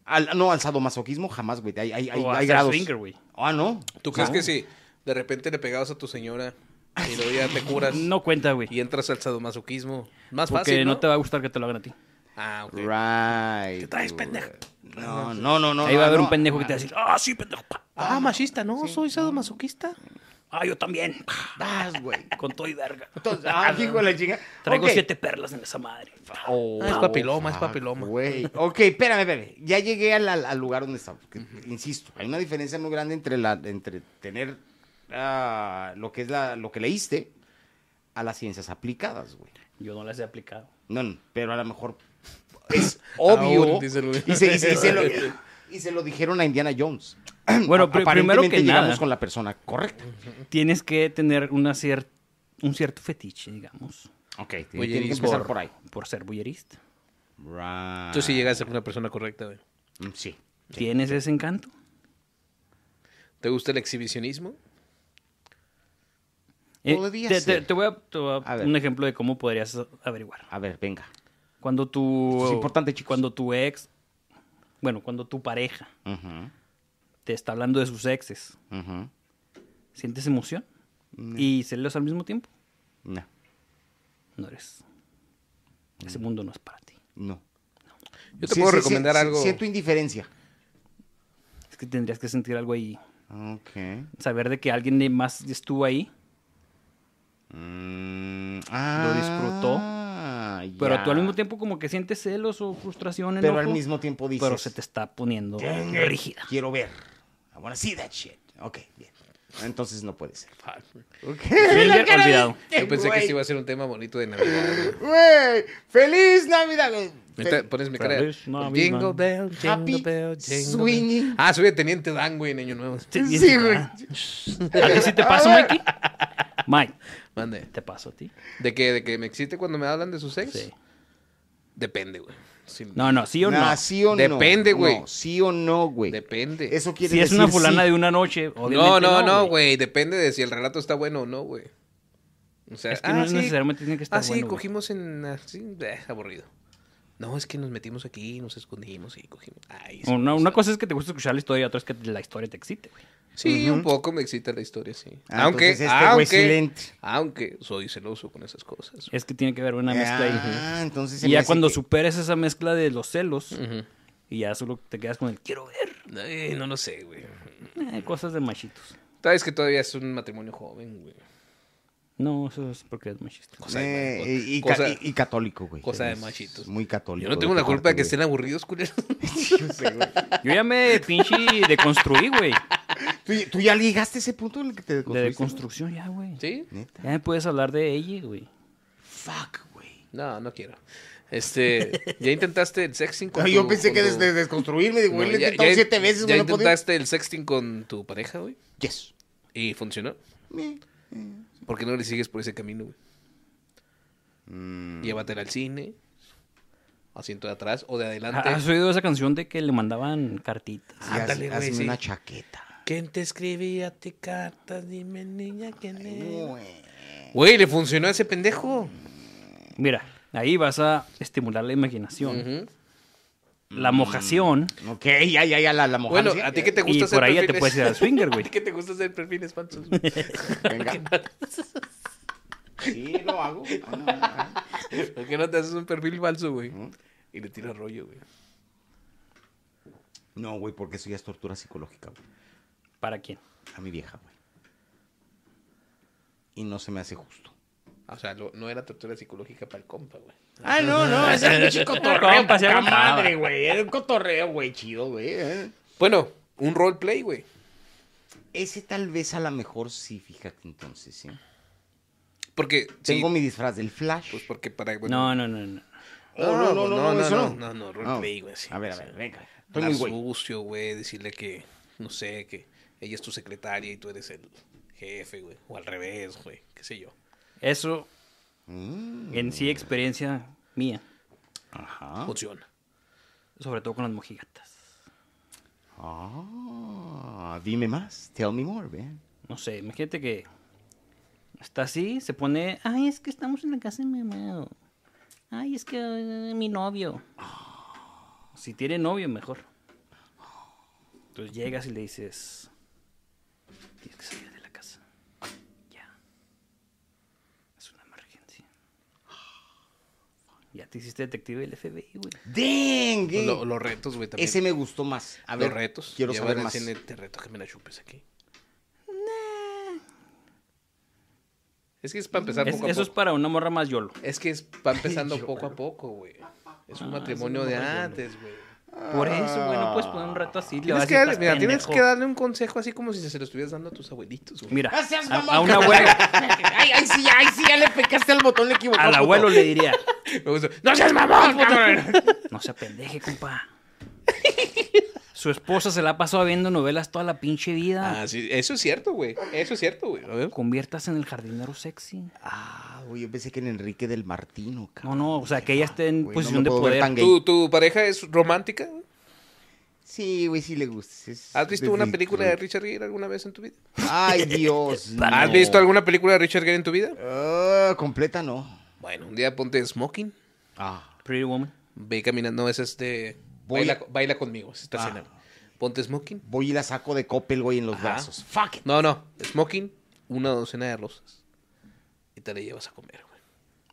A: Al- no, al sadomasoquismo jamás, güey. Hay, hay, hay,
C: O a
A: hay
C: ser
A: grados.
C: swinger, güey.
A: Ah, no.
B: ¿Tú crees
A: No.
B: que si de repente le pegabas a tu señora y luego ya te curas
C: No cuenta, güey.
B: y entras al sadomasoquismo? Más
C: Porque
B: fácil,
C: no?
B: ¿no?
C: te va a gustar que te lo hagan a ti.
B: Ah, ok.
A: Right. Te traes, pendejo. No, no, no, no.
C: Ahí va a
A: no,
C: haber
A: no.
C: un pendejo que te va a decir, ah, sí, pendejo. pa.
B: Ah, machista, ¿no? Soy sadomasoquista.
C: Ah, yo también. pa.
A: Das, güey.
C: Con todo y verga.
A: Entonces, ah, hijo de la chinga.
C: Traigo
A: Ok.
C: siete perlas en esa madre. pa.
A: Oh,
B: Ah, es papiloma,
A: fuck,
B: es papiloma.
A: Güey. Ok, espérame, espérame. Ya llegué al, al- al lugar donde estaba. porque, Insisto, hay una diferencia muy grande entre, la, entre tener ah, lo que es la, lo que leíste a las ciencias aplicadas, güey.
C: Yo no las he aplicado.
A: No, no, pero a lo mejor es obvio.
B: Aún, dice el-
A: y, se, y se- y se lo, y se lo dijeron a Indiana Jones.
C: Bueno, pri- primero
A: Aparentemente
C: que
A: llegamos
C: nada.
A: con la persona correcta.
C: tienes que tener una cier- un cierto fetiche, digamos,
A: Ok, tiene-
B: Oye,
A: tiene que
B: y
A: empezar por ahí.
C: por ser bullerista.
B: Tú sí llegas a ser una persona correcta, güey.
A: Mm, Sí.
C: ¿Tienes ese encanto?
B: ¿Te gusta el exhibicionismo?
A: Podría
C: Eh, te,
A: ser.
C: te- te voy a, te voy a-
A: A ver.
C: un ejemplo de cómo podrías averiguar.
A: A ver, venga.
C: Cuando tu
A: Esto es importante, chicos.
C: cuando tu ex, bueno, cuando tu pareja
A: Ujú,
C: te está hablando de sus exes,
A: ujú.
C: ¿sientes emoción? ¿Y celos al mismo tiempo?
A: No,
C: No eres. Ese mundo no es para ti.
A: no.
B: Yo te
A: Sí,
B: puedo
A: sí, sí,
B: recomendar
A: sí,
B: algo.
A: Siento indiferencia.
C: Es que tendrías que sentir algo ahí,
A: Ok.
C: saber de que alguien de más estuvo ahí,
A: Mm, ah,
C: pero
A: ya.
C: tú al mismo tiempo como que sientes celos o frustración,
A: Pero al
C: enojo.
A: mismo tiempo dices.
C: pero se te está poniendo rígida.
A: Quiero ver. I wanna see that shit. Ok, bien. Entonces no puede ser. Ok.
C: Swinger olvidado.
B: Yo pensé que
A: Güey.
B: sí iba a ser un tema bonito de Navidad. güey.
A: Güey, feliz Navidad. güey.
B: Ahorita pones mi cara. de,
C: Feliz Navidad.
B: Jingle bell, jingle
A: Happy
B: bell, jingle
A: swinging.
B: bell. Ah, soy de Teniente Dan, güey, en Año Nuevo.
A: Sí, güey.
C: ¿A qué sí te paso, Mikey? Mike,
B: Mande.
C: ¿te paso a ti?
B: ¿De que, ¿De que me existe cuando me hablan de sus ex?
C: Sí.
B: Depende, güey. Sí,
C: No, no, sí o no.
A: Nah, sí o no.
B: Depende, güey.
A: No, sí o no, güey.
B: Depende.
A: Eso quiere
C: Si es
A: decir
C: una fulana
A: sí.
C: de una noche, obviamente
B: No, no, no,
C: güey.
B: güey. Depende de si el relato está bueno o no, güey. O sea,
C: Es que
B: ah,
C: no
B: sí,
C: necesariamente tiene que estar
B: ah, sí,
C: bueno, güey.
B: cogimos en... Así, eh, aburrido. No, es que nos metimos aquí, nos escondimos y cogimos... Ay, sí,
C: Una,
B: o
C: una
B: sea,
C: cosa es que te gusta escuchar la historia y otra es que la historia te excite, güey.
B: Sí, un poco me excita la historia, sí.
A: Ah,
B: aunque,
A: entonces este güey
B: aunque,
A: es silente.
B: aunque soy celoso con esas cosas.
C: Es que tiene que haber una mezcla ahí.
A: Ah, entonces se
C: Y
A: me
C: ya
A: hace
C: cuando
A: que-
C: superes esa mezcla de los celos
B: Ujú.
C: y ya solo te quedas con el quiero ver
B: Ay, no lo sé, güey.
C: eh, cosas de machitos.
B: Sabes que todavía es un matrimonio joven, güey.
C: No, eso es porque es machista.
B: Cosa
A: Eh,
B: de,
A: y, y ca-
B: cosa-
A: y- y católico, güey.
B: cosa de
A: Es
B: machitos.
A: Muy católico.
B: Yo no tengo
A: de
B: la
A: tu
B: culpa
A: parte,
B: de que
A: güey.
B: estén aburridos, culeros.
C: Yo ya me pinche deconstruí, güey.
A: ¿Tú, ya- tú ya llegaste a ese punto en el que te
C: De
A: deconstruiste?
C: deconstrucción ya, güey.
B: ¿Sí?
A: Neta.
C: Ya me puedes hablar de ella, güey.
A: Fuck, güey.
B: No, no quiero. Este, ¿ya intentaste el sexting con
A: Ah,
B: tu-
A: Yo pensé
B: con
A: que
B: tu-
A: desde desconstruirme,
B: No,
A: güey, lo he
B: ya-
A: intentado
B: ya-
A: siete veces,
B: ¿Ya
A: güey, no he podido.
B: intentaste el sexting con tu pareja, güey?
A: Yes.
B: ¿Y funcionó?
A: Me-
B: ¿Por qué no le sigues por ese camino, güey?
A: Mm.
B: Llévatela al cine, asiento de atrás o de adelante.
A: Ah,
C: ¿Has oído esa canción de que le mandaban cartitas?
A: Sí, haz-
B: Ándale, güey,
A: hazme
B: sí.
A: una chaqueta.
B: ¿Quién te escribía te cartas? Dime, niña, ¿quién
C: Eh.
B: es?
A: Güey.
B: Güey, le funcionó a ese pendejo.
C: Mira, ahí vas a estimular la imaginación,
B: Ujú.
C: la mojación
A: Ok, ya, ya, ya, la, la mojamos,
B: Bueno,
A: ¿sí?
B: a ti que te
C: y
B: gusta hacer
C: por ahí ya te
B: perfiles-
C: puedes ir al swinger,
B: ¿A
C: güey.
B: ti que te gusta hacer perfiles falsos?
A: Venga. Sí, lo hago. Ah, no, ah.
B: ¿Por qué no te haces un perfil falso, güey? Y le tiras rollo, güey.
A: No, güey, porque eso ya es tortura psicológica, güey.
C: ¿Para quién?
A: A mi vieja, güey. Y no se me hace justo.
B: O sea, lo- no era tortura psicológica para el compa, güey.
A: Ah, no, no, ese es un cotorreo,
C: Compa, se
A: poca
C: hagan nada.
A: madre, güey. Era un cotorreo, güey, chido, güey. eh.
B: Bueno, un roleplay, güey.
A: Ese tal vez a lo mejor sí, fíjate entonces, ¿sí?
B: Porque sí,
A: Tengo mi disfraz del Flash.
B: pues porque para
C: No, no, no, no.
A: Oh, no, no, no, no, eso no.
B: no,
A: Ah.
B: no, no, roleplay, güey. sí,
A: A ver, a
B: sí.
A: ver, venga. Estoy
B: Hablar
A: muy güey.
B: sucio, güey, decirle que no sé, que ella es tu secretaria y tú eres el jefe, güey, o al revés, güey, qué sé yo.
C: Eso
A: Mm,
C: en sí experiencia mía,
A: Ajá.
B: Funciona.
C: sobre todo con las mojigatas.
A: Ah, dime más. Tell me more, vean.
C: No sé, imagínate que está así, se pone, ay, es que estamos en la casa de mi mamá. o, Ay, es que eh, mi novio. Si tiene novio, mejor. Entonces llegas y le dices, tienes que salir de la casa. Ya. Es una emergencia. Ya te hiciste detective del FBI, güey.
A: ¡Dengue!
B: Lo- los retos, güey, también.
A: Ese me gustó más. A ver,
B: los retos.
A: quiero
B: Llevar
A: saber
B: al
A: más.
B: cine, te reto que me la chupes aquí. Es que es para empezar
C: Es-
B: poco a
C: eso es
B: poco.
C: para una morra más yolo.
B: Es que es va empezando poco a poco, güey. Es
C: Ah,
B: un matrimonio de antes, güey.
C: Por eso, güey, no puedes poner un reto así. le
B: Tienes
C: vas a
B: que,
C: decir,
B: darle,
C: "Estás
B: mira, tienes
C: pendejo".
B: que darle un consejo así como si se lo estuvieras dando a tus abuelitos, güey.
C: Mira,
A: No seas
C: a,
A: mamón,
C: a un
A: carnal.
C: abuelo,
A: Ay, ay, sí, ay, sí, ya le pecaste al botón equivocado.
C: al
A: puto.
C: abuelo le diría,
B: Me gusta, ¡No seas mamón, cabrón!
C: no se pendeje, compa. Su esposa se la ha pasado viendo novelas toda la pinche vida.
B: Ah, sí, eso es cierto, güey. Eso es cierto, güey. A ver.
C: Conviertas en el jardinero sexy.
A: Ah, güey, yo pensé que en Enrique del Martino,
C: No,
A: cabrón.
C: no, o sea, que ella esté en
A: Güey, no
C: posición
A: me
C: de
A: puedo ver
C: poder.
A: tan gay.
B: ¿Tu, tu pareja es romántica? güey?
A: Sí, güey, sí le gusta. Es-
B: ¿Has visto una
A: desde-
B: película de Richard Gere alguna vez en tu vida?
A: Ay, Dios.
B: ¿Has
A: Ah, no.
B: visto alguna película de Richard Gere en tu vida?
A: Ah, completa no.
B: Bueno, un día ponte smoking,
A: Ah.
C: Pretty Woman.
B: ve caminando, no, es este...
A: Voy-
B: Baila, baila conmigo, es esta
A: Ah.
B: escena. Ponte smoking.
A: Voy y la saco de Coppel, güey, en los
B: Ajá.
A: brazos. Fuck it.
B: No, no, smoking, una docena de rosas. Y te la llevas a comer, güey.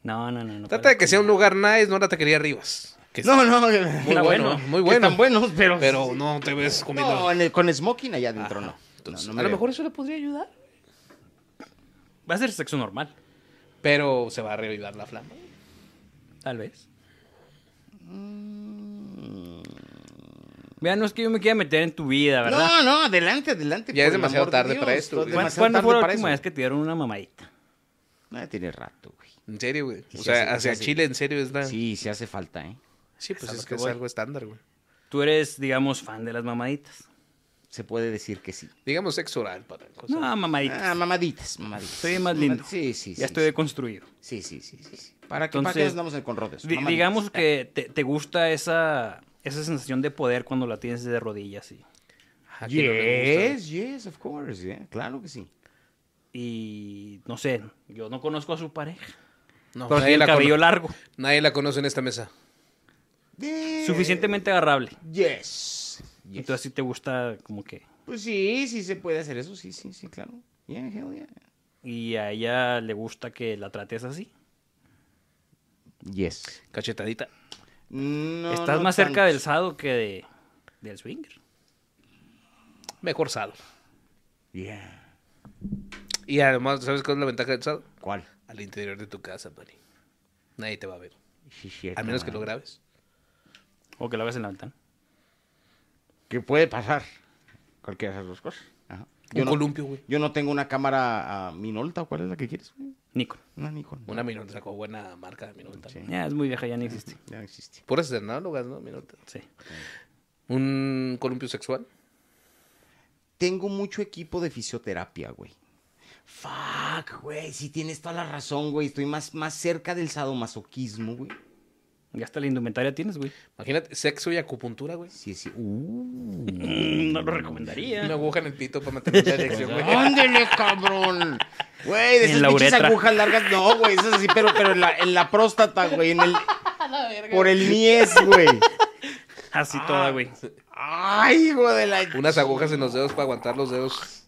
C: No, no, no. no
B: Trata de que sea un lugar nice, no la taquería Rivas. Que
A: No, no, muy
B: Muy bueno,
A: Que
B: muy bueno.
A: están buenos, pero.
B: Pero no te ves comiendo...
A: No, en el- con smoking allá adentro no.
B: Entonces,
A: No, no me
B: a lo
A: veo.
B: mejor eso le podría ayudar.
C: Va a ser sexo normal,
B: Pero se va a revivar la flama.
C: tal vez. Mira, no es que yo me quiera meter en tu vida, ¿verdad?
A: No, no, adelante, adelante.
B: Ya
A: por
B: es
A: el
B: demasiado
A: amor de
B: tarde
A: Dios,
B: para esto,
A: no,
B: güey.
C: ¿Cuándo,
A: demasiado
C: cuándo
A: tarde
C: fue la
A: para
C: última
A: eso.
C: vez que te dieron una mamadita?
A: Ah, tiene rato, güey.
B: En serio, güey.
A: Sí,
B: O
A: sí,
B: sea,
A: sí,
B: hacia
A: sí.
B: Chile, en serio,
C: Ah.
B: es la... Sí,
A: Sí, sí hace falta, ¿eh?
B: pues
C: a
B: es
C: lo
B: que
C: que
B: es
C: voy.
B: algo estándar, güey.
C: Tú eres, digamos, fan de las mamaditas.
A: Se puede decir que sí.
B: Digamos sexo oral para cosas.
C: No, mamaditas.
A: Ah, mamaditas, mamaditas.
C: Estoy más lindo.
A: Sí, sí, sí.
C: ya estoy
A: sí.
C: deconstruido.
A: Sí, sí, sí, sí, sí. ¿Para qué, ¿para
C: Entonces,
A: qué nos andamos con rodeos?
C: Di-
A: Mamaditas.
C: digamos que te, te gusta esa, esa sensación de poder cuando la tienes de rodillas. sí.
B: ¿A quién no le gusta, güey?
A: Yes, yes, of course, yeah. Claro que sí.
C: y no sé, yo no conozco a su pareja.
B: No,
C: pero
B: nadie
C: tiene el
B: la,
C: cabello
B: cono-
C: largo,
B: nadie la conoce en esta mesa.
A: De-
C: suficientemente agarrable.
A: Yes. yes.
C: Entonces sí te gusta como que...
A: pues sí, sí se puede hacer eso, sí, sí, sí, claro. Yeah, hell yeah.
C: Y a ella le gusta que la trates así.
A: Yes.
B: Cachetadita.
A: No,
C: Estás
A: no
C: más cerca
A: tanto.
C: del sado que de- del swinger.
B: Mejor sado.
A: Yeah.
B: Y además, ¿sabes cuál es la ventaja del sado?
A: ¿Cuál?
B: Al interior de tu casa, Tony. Nadie te va a ver.
A: Sí, cierto,
B: Al menos que
A: man.
B: lo grabes.
C: O que la hagas en la ventana.
A: Que puede pasar. Cualquiera de esas dos cosas. Ajá. Yo,
B: Un
A: no,
B: columpio, güey.
A: yo no tengo una cámara a Minolta, ¿cuál es la que quieres? güey?
C: Nico.
A: Una Nikon.
B: Una Minolta sacó buena marca de Minolta.
A: Sí.
C: Ya, es muy vieja, ya no existe.
A: Ya no existe.
B: Puras análogas, ¿no? Minolta.
C: Sí.
B: Un columpio sexual.
A: Tengo mucho equipo de fisioterapia, güey. Fuck, güey. Sí tienes toda la razón, güey. Estoy más, más cerca del sadomasoquismo, güey.
C: Ya hasta la indumentaria tienes, güey.
B: Imagínate, sexo y acupuntura, güey.
A: Sí, sí. Uh.
C: No lo recomendaría.
B: Una aguja en el pito para mantener la erección, güey.
A: ¡Ándele, cabrón! Güey, de
C: En
A: esas
C: la
A: pinches
C: uretra.
A: agujas largas, no, güey, esas sí, pero, pero en, la, en la próstata, güey, en el... Por el niés, güey.
C: Así
A: Ah,
C: toda, güey.
A: Ay, hijo de la...
B: Unas agujas en los dedos para aguantar los dedos.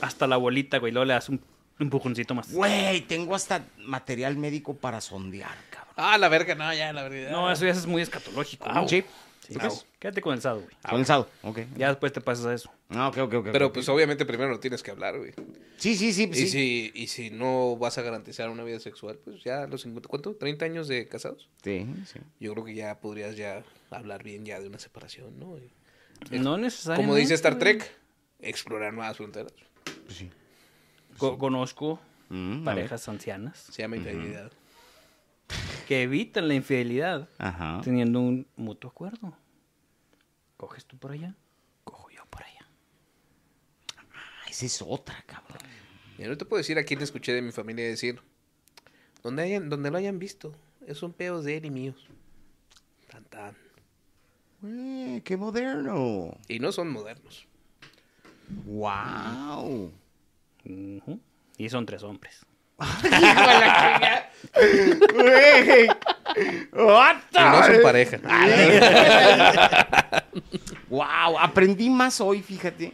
C: Hasta la bolita, güey. Luego le das un empujoncito más.
A: Güey, tengo hasta material médico para sondear, cabrón.
B: Ah, la verga, no, ya, la verga.
C: No, eso ya es muy escatológico.
B: Ah,
C: güey.
A: Sí,
C: Sí, pues, Quédate con el sado, güey.
A: con el sado, Ah, ok.
C: Ya después te pasas a eso.
A: Ah, ok, ok, ok.
B: Pero
A: ok.
B: pues obviamente primero no tienes que hablar, güey.
A: Sí, sí, sí,
B: Y,
A: sí.
B: si, y si no vas a garantizar una vida sexual, pues ya los 50, ¿cuánto? ¿30 años de casados?
A: Sí, sí.
B: Yo creo que ya podrías ya hablar bien ya de una separación, ¿no? Y-
C: Pues, No necesariamente.
B: como dice Star
C: güey.
B: Trek, explorar nuevas fronteras.
A: Pues sí.
C: Co- conozco
A: Mm, a
C: parejas ancianas
B: Se llama infidelidad.
C: que evitan la infidelidad
A: ver. Ajá.
C: teniendo un mutuo acuerdo. Coges tú por allá, cojo yo por allá.
A: Ah, Esa es otra, cabrón.
B: Yo no te puedo decir a quién escuché de mi familia decir, donde, hayan, donde lo hayan visto, es un pedo de él y míos. Tan, tan.
A: Güey, qué moderno.
B: Y no son modernos.
A: Wow.
C: Ujú. Y son tres hombres.
A: Güey. What the-
B: Y no son pareja.
A: Ah, Wow, aprendí más hoy, fíjate.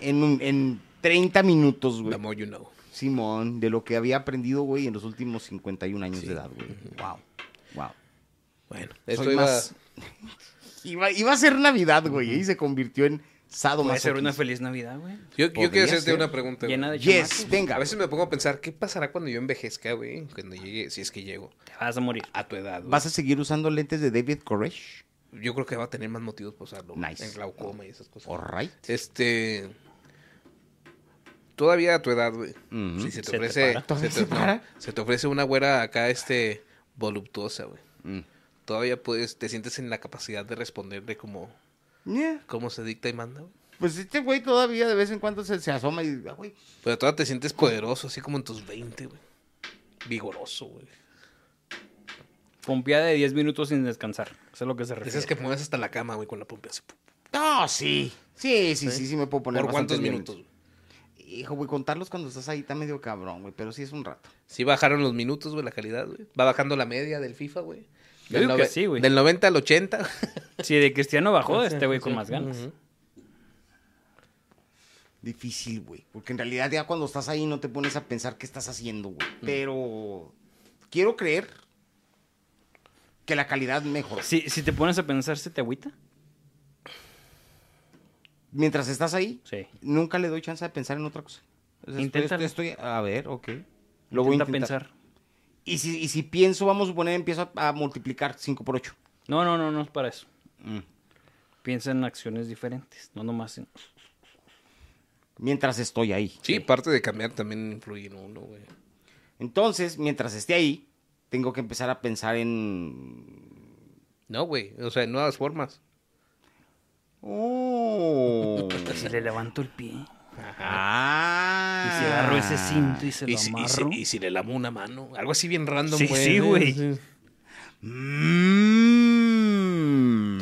A: En, un- en 30 minutos, güey.
B: The more you know.
A: Simón, de lo que había aprendido, güey, en los últimos 51 años de edad, güey. Wow. Wow.
B: Bueno,
A: Soy
B: esto iba...
A: más- Iba, iba a ser Navidad, güey, y se convirtió en sado
C: Puede ser una feliz Navidad, güey.
B: Yo, yo
A: Podría
B: quiero hacerte
A: ser.
B: una pregunta. güey.
C: Llena de
A: Yes,
C: chamacos.
A: venga.
B: A veces me pongo a pensar, ¿qué pasará cuando yo envejezca, güey? Cuando llegue, si es que llego,
C: Te vas a morir.
B: a tu edad. güey.
A: ¿Vas a seguir usando lentes de David Koresh?
B: Yo creo que va a tener más motivos para usarlo. güey,
A: Nice.
B: En glaucoma y esas cosas.
A: Alright.
B: Este. Todavía a tu edad, güey.
A: Ujú.
B: Si se te
C: Se te
B: ofrece.
C: para.
B: se,
A: ¿Todavía
B: te,
A: se para?
B: no, se te ofrece una güera acá, este. voluptuosa, güey.
A: Mm.
B: Todavía puedes, te sientes en la capacidad de responderle como,
A: Yeah.
B: como se dicta y manda, güey.
A: Pues este güey todavía de vez en cuando se, se asoma y, ah, güey,
B: Pero todavía Pues te sientes poderoso, así como en tus 20, güey. Vigoroso, güey.
C: Pompeada de 10 minutos sin descansar. Eso es lo que se refiere.
B: Esas que mueves hasta la cama, güey, con la pompa así. pu-
A: No, sí. Sí, sí, sí, sí me puedo poner.
B: ¿Por
A: bastante
B: cuántos
A: bien.
B: minutos? güey?
A: Hijo, güey, contarlos cuando estás ahí está medio cabrón, güey, pero sí es un rato.
B: Sí bajaron los minutos, güey, la calidad, güey. Va bajando la media del FIFA, güey.
C: Yo
B: Del
C: digo que
B: nove-
C: sí, güey.
B: Del 90 al 80.
C: Si de Cristiano bajó, este güey con más ganas.
B: Ujú.
A: Difícil, güey. Porque en realidad ya cuando estás ahí no te pones a pensar qué estás haciendo, güey. Pero quiero creer que la calidad mejora.
C: Si, si te pones a pensar, ¿se te agüita?
A: Mientras estás ahí,
C: Sí.
A: nunca le doy chance de pensar en otra cosa. O sea, estoy-
C: Inténtalo.
A: Estoy, estoy- a ver, ok. Lo voy a
C: Intenta
A: intentar.
C: pensar.
A: Y si, y si pienso, vamos a suponer, empiezo a, a multiplicar 5 por 8.
C: No, no, no, no es para eso. Piensa en acciones diferentes, no nomás en...
A: Mientras estoy ahí.
B: Sí, parte de cambiar también influye en uno, güey.
A: Entonces, mientras esté ahí, tengo que empezar a pensar en.
B: No, güey. O sea, en nuevas formas.
A: ¡Oh!
C: Si le levanto el pie y
A: ¡Ah!
C: si agarro ese cinto y se lo
E: Y si, y si-
C: amarro...
E: y si le lamo una mano.
B: Algo así bien random,
C: Sí,
B: güey.
C: sí, güey.
B: Sí.
A: Mm.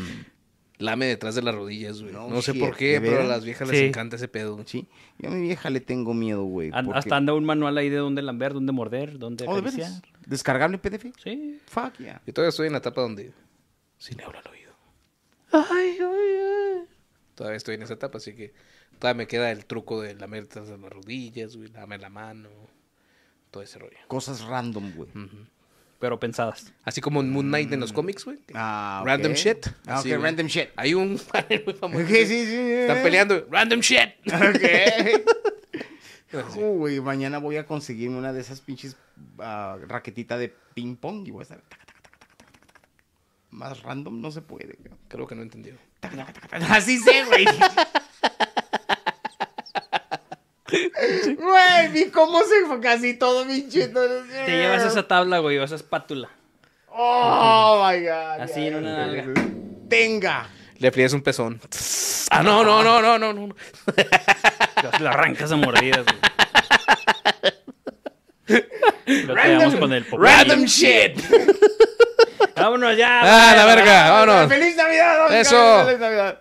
B: lame detrás de las rodillas, güey.
A: No
B: No, sé
A: shit,
B: por
A: ¿de
B: qué, pero a
A: veras?
B: las viejas les
C: eh, Sí.
B: encanta ese pedo. güey.
A: Sí, yo a mi vieja le tengo miedo, güey.
C: An-
A: porque-
C: Hasta anda un manual ahí de dónde lamber, dónde morder, dónde
A: Oh, ¿de
C: acariciar.
A: veras? ¿Descargable PDF?
C: Sí.
A: Fuck yeah.
B: Yo todavía estoy en la etapa donde. Si le hablo al oído. Todavía estoy en esa etapa, así que todavía me queda el truco de lamer detrás de las rodillas, güey, lame la mano, todo ese rollo.
A: Cosas random, güey.
C: Pero pensadas.
B: Así como en Moon Knight en los cómics, güey. que-
A: Mm. Ah, ok.
B: Random shit.
A: Ah,
B: así,
A: ok,
B: güey.
A: random shit.
B: Hay un panel muy famoso.
A: Ok,
B: güey.
A: sí, sí.
B: Están peleando. Random shit.
A: Ok. Uy, "Oh, mañana voy a conseguirme una de esas pinches ah, raquetita de ping pong y voy a estar... taca, taca, taca, taca, taca, taca, taca. Más random no se puede. güey.
B: Creo que no entendió.
A: Taca, taca, taca, taca. Así sé, güey. Güey, vi cómo se fue casi todo pinche.
C: Te llevas esa tabla, güey, o esa espátula.
A: Oh my god.
C: Así en una nalga.
A: Tenga.
B: Le fríes un pezón. Ah, no, no, no, no, no, no.
C: Las- La arrancas a mordidas, güey. Lo quedamos con el popó.
E: Random shit.
C: Vámonos ya.
B: Ah, la verga,
A: Ah,
B: vámonos.
A: ¡Feliz Navidad! don
B: Eso.
A: Carlos, ¡Feliz Navidad!